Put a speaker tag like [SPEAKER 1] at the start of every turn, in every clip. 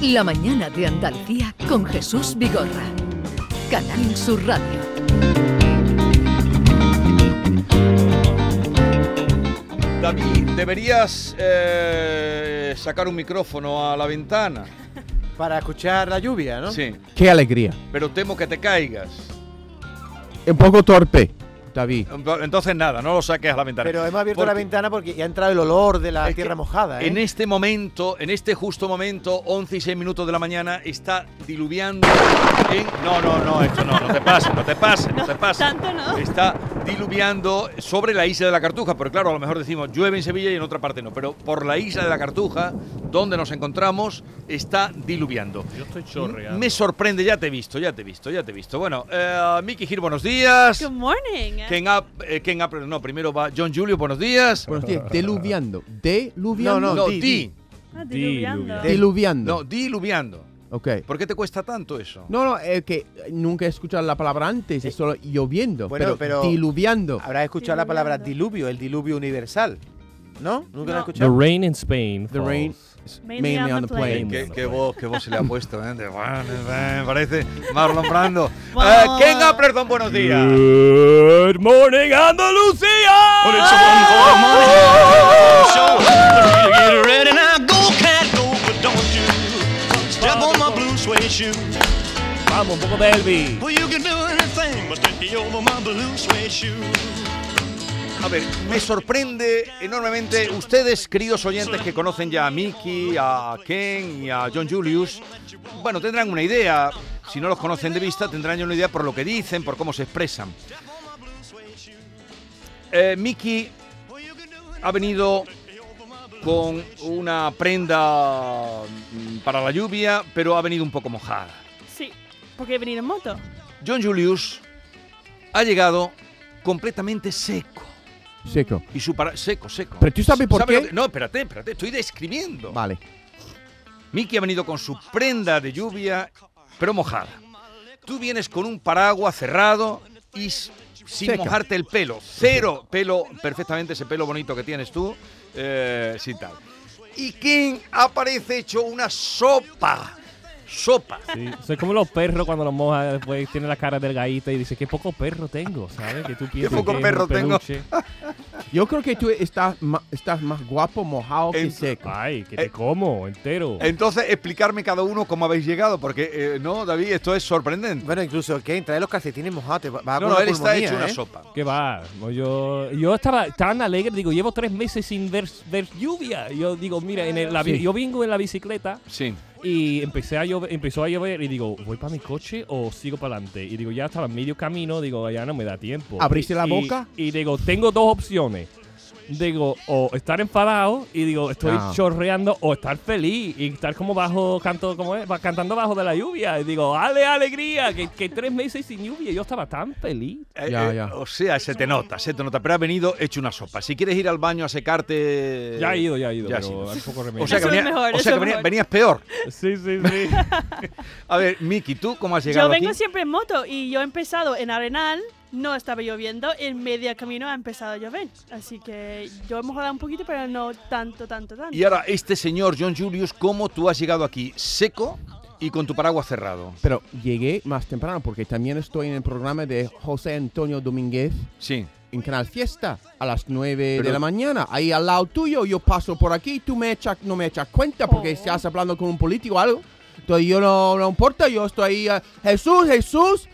[SPEAKER 1] La mañana de Andalucía con Jesús Vigorra. Canal Sur Radio.
[SPEAKER 2] David, deberías eh, sacar un micrófono a la ventana.
[SPEAKER 3] Para escuchar la lluvia, ¿no?
[SPEAKER 2] Sí,
[SPEAKER 4] Qué alegría.
[SPEAKER 2] pero temo que te caigas.
[SPEAKER 4] Un poco torpe, David.
[SPEAKER 2] Entonces nada, no lo saques a la ventana.
[SPEAKER 3] Pero hemos abierto
[SPEAKER 2] Porque
[SPEAKER 3] la ventana porque ya ha entrado el olor de la
[SPEAKER 2] Es que
[SPEAKER 3] tierra mojada, ¿eh?
[SPEAKER 2] En este momento, en este justo momento, 11 y 6 minutos de la mañana, está diluviando en... No, no, no, esto no, no te pases, no te pases, no te pases.
[SPEAKER 5] tanto no.
[SPEAKER 2] Está diluviando sobre la isla de la Cartuja, pero claro, a lo mejor decimos llueve en Sevilla y en otra parte no, pero por la isla de la Cartuja, donde nos encontramos, está diluviando.
[SPEAKER 6] Yo estoy chorreado.
[SPEAKER 2] Me sorprende, ya te he visto, ya te he visto, ya te he visto. Bueno, eh, Miki Gir, buenos días.
[SPEAKER 5] Good morning.
[SPEAKER 2] Ken Up, eh, Ken Up- no, primero va John Julio, buenos días.
[SPEAKER 4] Buenos días. Deluviando. Deluviando.
[SPEAKER 3] No,
[SPEAKER 2] No,
[SPEAKER 3] di,
[SPEAKER 2] di,
[SPEAKER 5] Ah,
[SPEAKER 6] Diluvia.
[SPEAKER 5] diluviando.
[SPEAKER 3] De-
[SPEAKER 4] Diluviando.
[SPEAKER 2] no, diluviando.
[SPEAKER 4] Ok.
[SPEAKER 2] ¿Por qué te cuesta tanto eso?
[SPEAKER 4] No, no, es que nunca he escuchado la palabra antes, es solo lloviendo.
[SPEAKER 3] Eh, Bueno,
[SPEAKER 4] pero,
[SPEAKER 3] pero-
[SPEAKER 4] diluviando.
[SPEAKER 3] Habrás escuchado la palabra
[SPEAKER 5] Diluviando.
[SPEAKER 3] diluvio, el diluvio universal. ¿No? ¿Nunca lo has
[SPEAKER 5] No.
[SPEAKER 6] The
[SPEAKER 3] escuchado?
[SPEAKER 6] rain in Spain.
[SPEAKER 4] The rain is mainly on the plain.
[SPEAKER 6] plain.
[SPEAKER 2] ¿Qué,
[SPEAKER 6] no,
[SPEAKER 2] qué
[SPEAKER 6] no,
[SPEAKER 2] voz, qué voz se le ha puesto, ¿eh? De- me parece Marlon Brando. Eh,
[SPEAKER 5] Vamos.
[SPEAKER 2] Ken Up, perdón, buenos días.
[SPEAKER 6] Good morning, Oh, Andalucía. oh,
[SPEAKER 7] Get ready now, go cat, go, but don't you step on my blue suede shoe.
[SPEAKER 6] Vamos, un poco de Elvis.
[SPEAKER 7] Well, you can do anything, but take me over my blue suede shoe.
[SPEAKER 2] A ver, me sorprende enormemente ustedes, queridos oyentes que conocen ya a Mickey, a Ken y a John Julius. Bueno, tendrán una idea. Si no los conocen de vista, tendrán ya una idea por lo que dicen, por cómo se expresan. Eh, Mickey ha venido con una prenda mm, para la lluvia, pero ha venido un poco mojada.
[SPEAKER 5] Sí, porque he venido en moto.
[SPEAKER 2] John Julius ha llegado completamente seco.
[SPEAKER 4] Seco.
[SPEAKER 2] Y su para- seco, seco.
[SPEAKER 4] Pero tú sabes por
[SPEAKER 2] ¿Sabe
[SPEAKER 4] qué?
[SPEAKER 2] lo que- No, espérate, espérate, estoy describiendo.
[SPEAKER 4] Vale.
[SPEAKER 2] Miki ha venido con su prenda de lluvia, pero mojada. Tú vienes con un paraguas cerrado y s- sin
[SPEAKER 4] Seca.
[SPEAKER 2] mojarte el pelo. Cero pelo, perfectamente ese pelo bonito que tienes tú, eh, sin tal. Y Ken aparece hecho una sopa. Sopa.
[SPEAKER 6] Sí, soy como los perros cuando los moja después tiene la cara delgadita y dice qué poco perro tengo, ¿sabes? Que tú piensas
[SPEAKER 2] poco
[SPEAKER 6] que es
[SPEAKER 2] perro
[SPEAKER 6] un
[SPEAKER 2] tengo.
[SPEAKER 6] peluche.
[SPEAKER 4] Yo creo que tú estás, ma- estás más guapo mojado que
[SPEAKER 2] En-
[SPEAKER 4] seco.
[SPEAKER 6] Ay, que
[SPEAKER 2] Eh,
[SPEAKER 6] te como entero.
[SPEAKER 2] Entonces, explicarme cada uno cómo habéis llegado, porque, eh, no, David, esto es sorprendente.
[SPEAKER 3] Bueno, incluso, ¿qué? Trae los calcetines mojados, te va va a
[SPEAKER 2] No,
[SPEAKER 3] con
[SPEAKER 2] no,
[SPEAKER 3] la
[SPEAKER 2] él está
[SPEAKER 3] pulmonía,
[SPEAKER 2] hecho una
[SPEAKER 3] ¿eh?
[SPEAKER 2] sopa.
[SPEAKER 6] ¿Qué va? No, Yo, yo estaba tan alegre, digo, llevo tres meses sin ver, ver lluvia. Yo digo, mira, en el- la bi-
[SPEAKER 4] Sí.
[SPEAKER 6] yo vengo en la bicicleta
[SPEAKER 2] Sí.
[SPEAKER 6] Y empecé a llover, empezó a llover y digo, ¿voy para mi coche o sigo para adelante? Y digo, ya estaba en medio camino, digo, ya no me da tiempo.
[SPEAKER 4] ¿Abriste la
[SPEAKER 6] Y-
[SPEAKER 4] boca?
[SPEAKER 6] Y digo, tengo dos opciones. Digo, o estar enfadado y digo, estoy
[SPEAKER 3] Ah.
[SPEAKER 4] No.
[SPEAKER 6] chorreando, o estar feliz y estar como bajo, canto, como es, Va- cantando bajo de la lluvia. Y digo, ¡ale, alegría! Que, que tres meses sin lluvia, yo estaba tan feliz.
[SPEAKER 2] Eh,
[SPEAKER 4] Ya,
[SPEAKER 2] eh,
[SPEAKER 4] ya.
[SPEAKER 2] O sea, se te nota, se te nota. Pero ha venido hecho una sopa. Si quieres ir al baño a secarte.
[SPEAKER 6] Ya he ido, ya he ido,
[SPEAKER 2] ya
[SPEAKER 6] pero
[SPEAKER 2] sí.
[SPEAKER 6] hay poco remedio.
[SPEAKER 2] O sea que,
[SPEAKER 5] Eso es
[SPEAKER 2] venía-
[SPEAKER 5] mejor,
[SPEAKER 2] o
[SPEAKER 5] eso
[SPEAKER 2] sea que
[SPEAKER 5] es
[SPEAKER 2] venía-
[SPEAKER 5] mejor.
[SPEAKER 2] venías peor.
[SPEAKER 6] sí, sí, sí.
[SPEAKER 2] A ver, Miki, ¿tú cómo has llegado
[SPEAKER 5] Yo vengo
[SPEAKER 2] aquí?
[SPEAKER 5] siempre en moto y yo he empezado en Arenal, no estaba lloviendo, en media camino ha empezado a llover. Así que yo he mojado un poquito, pero no tanto, tanto, tanto.
[SPEAKER 2] Y ahora, este señor John Julius, ¿cómo tú has llegado aquí? Seco y con tu paraguas cerrado.
[SPEAKER 4] Pero llegué más temprano porque también estoy en el programa de José Antonio Domínguez
[SPEAKER 2] Sí.
[SPEAKER 4] en Canal Fiesta a las 9
[SPEAKER 2] Pero-
[SPEAKER 4] de la mañana. Ahí al lado tuyo, yo paso por aquí, tú me echas, no me echas cuenta porque
[SPEAKER 5] Oh.
[SPEAKER 4] estás hablando con un político o algo. Entonces yo no, no importa, yo estoy ahí, eh, Jesús, Jesús,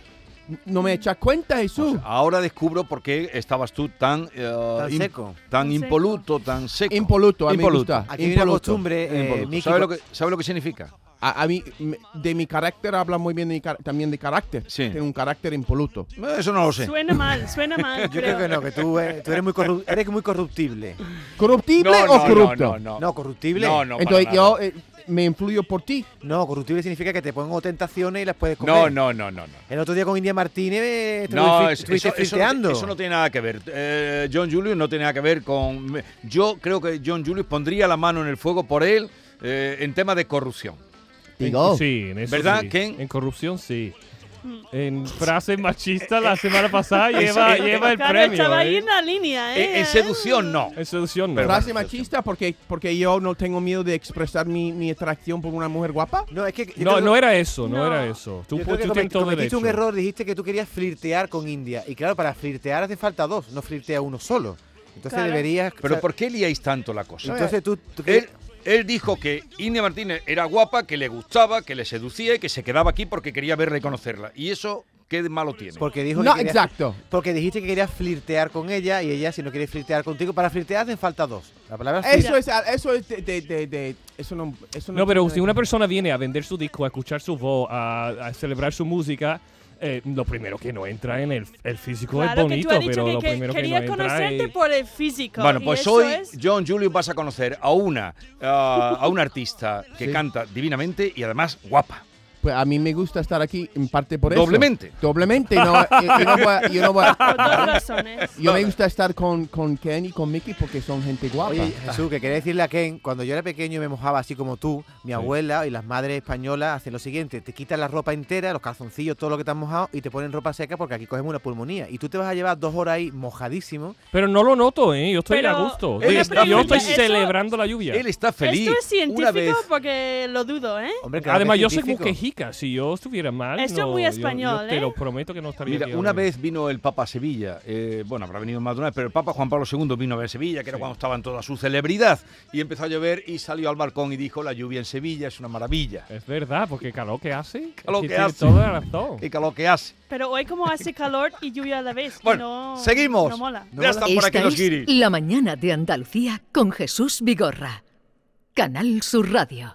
[SPEAKER 4] no me echas cuenta,
[SPEAKER 2] O
[SPEAKER 4] Jesús.
[SPEAKER 2] sea, ahora descubro por qué estabas tú tan. eh,
[SPEAKER 3] Tan
[SPEAKER 2] im-
[SPEAKER 3] seco.
[SPEAKER 2] Tan
[SPEAKER 5] Tan seco.
[SPEAKER 2] impoluto, tan seco.
[SPEAKER 4] impoluto, a mí me
[SPEAKER 2] Impoluto.
[SPEAKER 4] gusta.
[SPEAKER 3] Aquí hay una
[SPEAKER 4] impoluto,
[SPEAKER 3] costumbre, eh,
[SPEAKER 2] Impoluto.
[SPEAKER 3] Miki,
[SPEAKER 2] ¿Sabes lo, que, sabe lo que significa?
[SPEAKER 4] A, a mí, me- de mi carácter, habla muy bien de mi car- también de carácter.
[SPEAKER 2] Sí.
[SPEAKER 4] Tengo un carácter impoluto.
[SPEAKER 2] Eh, Eso no lo sé.
[SPEAKER 5] Suena mal, suena mal.
[SPEAKER 3] Yo creo que no, que tú, eh, tú eres, muy corru- eres muy corruptible.
[SPEAKER 4] ¿Corruptible
[SPEAKER 2] No,
[SPEAKER 4] o
[SPEAKER 2] no,
[SPEAKER 4] corrupto?
[SPEAKER 2] no, no, no.
[SPEAKER 3] No, corruptible.
[SPEAKER 2] No, no, para
[SPEAKER 4] Entonces
[SPEAKER 2] nada.
[SPEAKER 4] yo eh, me influyo por ti.
[SPEAKER 3] No, corruptible significa que te pongo tentaciones y las puedes comer.
[SPEAKER 2] No, no, no, no. no.
[SPEAKER 3] El otro día con India Martínez eh, estuve
[SPEAKER 2] No,
[SPEAKER 3] fi-
[SPEAKER 2] es-
[SPEAKER 3] estuviste
[SPEAKER 2] eso, eso no te-
[SPEAKER 3] flirteando.
[SPEAKER 2] eso no tiene nada que ver. Eh, John Julius no tiene nada que ver con. Yo creo que John Julius pondría la mano en el fuego por él eh, en tema de corrupción.
[SPEAKER 6] Sí, en eso
[SPEAKER 2] ¿Verdad,
[SPEAKER 6] sí.
[SPEAKER 2] Ken?
[SPEAKER 6] En corrupción, sí.
[SPEAKER 5] Mm.
[SPEAKER 6] en frases machistas la semana pasada lleva,
[SPEAKER 2] eh,
[SPEAKER 6] lleva el
[SPEAKER 5] Claro,
[SPEAKER 6] premio.
[SPEAKER 5] estaba ahí
[SPEAKER 6] ¿eh?
[SPEAKER 5] en la línea,
[SPEAKER 2] E-, En,
[SPEAKER 5] ¿eh?
[SPEAKER 2] en seducción no.
[SPEAKER 6] En seducción, no.
[SPEAKER 2] Pero
[SPEAKER 4] Frase
[SPEAKER 2] bueno,
[SPEAKER 4] machista porque, porque yo no tengo miedo de expresar mi, mi atracción por una mujer guapa.
[SPEAKER 3] No, es que. yo
[SPEAKER 6] No,
[SPEAKER 3] creo-
[SPEAKER 6] no era eso, no,
[SPEAKER 5] No.
[SPEAKER 6] era eso. Tú,
[SPEAKER 3] yo
[SPEAKER 6] tú
[SPEAKER 3] creo que
[SPEAKER 6] tienes
[SPEAKER 3] comet-
[SPEAKER 6] todo
[SPEAKER 3] cometiste un
[SPEAKER 6] derecho.
[SPEAKER 3] error, dijiste que tú querías flirtear con India. Y claro, para flirtear hace falta dos, no flirtea uno solo. Entonces
[SPEAKER 5] Claro.
[SPEAKER 3] deberías. o
[SPEAKER 2] Pero
[SPEAKER 3] sea,
[SPEAKER 2] ¿por qué liáis tanto la cosa?
[SPEAKER 3] Entonces tú. tú
[SPEAKER 2] Él,
[SPEAKER 3] querías-
[SPEAKER 2] él dijo que India Martínez era guapa, que le gustaba, que le seducía y que se quedaba aquí porque quería verla y conocerla. ¿Y eso qué de malo tiene?
[SPEAKER 3] porque dijo
[SPEAKER 4] No,
[SPEAKER 3] que querías-
[SPEAKER 4] exacto.
[SPEAKER 3] Porque dijiste que querías flirtear con ella y ella, si no quiere flirtear contigo, para flirtear hacen falta dos. La palabra
[SPEAKER 4] Eso
[SPEAKER 3] flir-
[SPEAKER 4] es, eso es de, de- de- de- eso no, eso no
[SPEAKER 6] No, pero
[SPEAKER 4] tiene-
[SPEAKER 6] si una persona viene a vender su disco, a escuchar su voz, a, a celebrar su música, eh, lo primero que no entra en el, el físico es
[SPEAKER 5] Claro que
[SPEAKER 6] bonito,
[SPEAKER 5] tú has dicho
[SPEAKER 6] pero
[SPEAKER 5] que,
[SPEAKER 6] lo
[SPEAKER 5] que
[SPEAKER 6] primero que no
[SPEAKER 5] querías
[SPEAKER 6] entra
[SPEAKER 5] conocerte
[SPEAKER 6] es...
[SPEAKER 5] por el físico.
[SPEAKER 2] Bueno,
[SPEAKER 5] y
[SPEAKER 2] pues
[SPEAKER 5] eso
[SPEAKER 2] hoy,
[SPEAKER 5] es-
[SPEAKER 2] John Julius, vas a conocer a una, ah, a una artista que canta divinamente y además guapa.
[SPEAKER 4] Pues a mí me gusta estar aquí en parte por
[SPEAKER 2] Doblemente.
[SPEAKER 4] eso. Doblemente. No, eh, yo no voy a- yo no voy a-
[SPEAKER 5] Por dos razones.
[SPEAKER 4] yo me gusta estar con, con Ken y con Mickey porque son gente guapa.
[SPEAKER 3] Oye, Jesús, que quería decirle a Ken, cuando yo era pequeño y me mojaba así como tú, mi abuela y las madres españolas hacen lo siguiente, te quitan la ropa entera, los calzoncillos, todo lo que te has mojado y te ponen ropa seca porque aquí cogemos una pulmonía. Y tú te vas a llevar dos horas ahí mojadísimo.
[SPEAKER 6] Pero no lo noto, ¿eh? Yo estoy
[SPEAKER 5] Pero
[SPEAKER 6] a gusto.
[SPEAKER 2] una
[SPEAKER 6] Yo- yo
[SPEAKER 2] pregunta,
[SPEAKER 6] estoy
[SPEAKER 5] ¿eso-
[SPEAKER 6] celebrando la lluvia.
[SPEAKER 2] Él está feliz.
[SPEAKER 5] Esto es
[SPEAKER 2] Una vez,
[SPEAKER 5] científico porque lo dudo, ¿eh?
[SPEAKER 3] Hombre, claro que
[SPEAKER 6] Además,
[SPEAKER 3] es
[SPEAKER 6] yo soy
[SPEAKER 3] científico.
[SPEAKER 6] muquejica. Si yo estuviera mal,
[SPEAKER 5] Esto es
[SPEAKER 6] no,
[SPEAKER 5] muy
[SPEAKER 6] yo-
[SPEAKER 5] español,
[SPEAKER 6] yo te
[SPEAKER 5] ¿eh?
[SPEAKER 6] lo prometo que no estaría
[SPEAKER 2] mira,
[SPEAKER 6] aquí
[SPEAKER 2] una
[SPEAKER 6] ahora mismo.
[SPEAKER 2] vez vino el Papa a Sevilla. eh, bueno, habrá venido más de una vez, pero el Papa Juan Pablo II vino a ver Sevilla, que era cuando estaba en toda su celebridad. Y empezó a llover y salió al balcón y dijo, la lluvia en Sevilla es una maravilla.
[SPEAKER 6] Es verdad, porque calor que hace.
[SPEAKER 2] Calor
[SPEAKER 6] es
[SPEAKER 2] que
[SPEAKER 6] tiene
[SPEAKER 2] hace.
[SPEAKER 6] Toda la razón.
[SPEAKER 2] Qué calor que hace.
[SPEAKER 5] Pero hoy como hace calor y lluvia a la vez. y
[SPEAKER 2] Bueno,
[SPEAKER 5] no-
[SPEAKER 2] seguimos.
[SPEAKER 5] No mola.
[SPEAKER 2] Ya están por aquí
[SPEAKER 1] Esta
[SPEAKER 2] los
[SPEAKER 1] es
[SPEAKER 2] guiris.
[SPEAKER 1] La Mañana de Andalucía con Jesús Vigorra. Canal Sur Radio.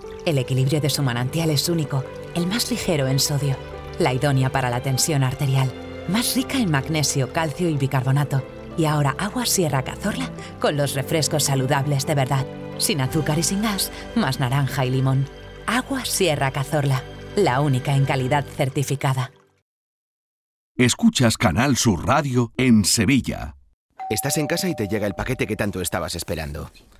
[SPEAKER 8] El equilibrio de su manantial es único, el más ligero en sodio, la idónea para la tensión arterial, más rica en magnesio, calcio y bicarbonato. Y ahora Agua Sierra Cazorla con los refrescos saludables de verdad, sin azúcar y sin gas, más naranja y limón. Agua Sierra Cazorla, la única en calidad certificada.
[SPEAKER 9] Escuchas Canal Sur Radio en Sevilla.
[SPEAKER 10] Estás en casa y te llega el paquete que tanto estabas esperando.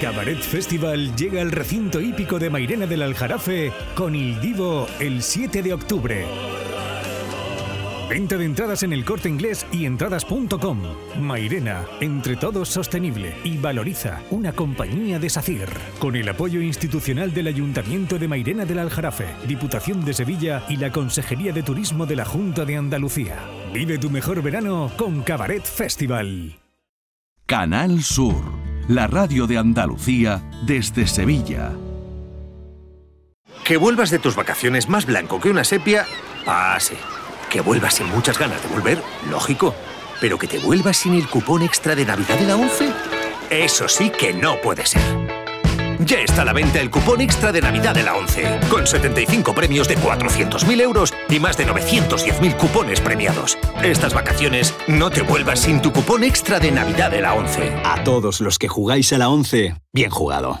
[SPEAKER 11] Cabaret Festival llega al recinto hípico de Mairena del Aljarafe con Il Divo el 7 de octubre. Venta de entradas en el corte inglés y entradas.com. Mairena, entre todos sostenible y valoriza una compañía de SACIR. Con el apoyo institucional del Ayuntamiento de Mairena del Aljarafe, Diputación de Sevilla y la Consejería de Turismo de la Junta de Andalucía. Vive tu mejor verano con Cabaret Festival.
[SPEAKER 9] Canal Sur, la radio de Andalucía desde Sevilla.
[SPEAKER 11] Que vuelvas de tus vacaciones más blanco que una sepia, pase. Que vuelvas sin muchas ganas de volver, lógico. Pero que te vuelvas sin el cupón extra de Navidad de la 11, eso sí que no puede ser. Ya está a la venta el cupón extra de Navidad de la 11, con 75 premios de 400.000 euros y más de 910.000 cupones premiados. Estas vacaciones, no te vuelvas sin tu cupón extra de Navidad de la 11.
[SPEAKER 9] A todos los que jugáis a la 11, bien jugado.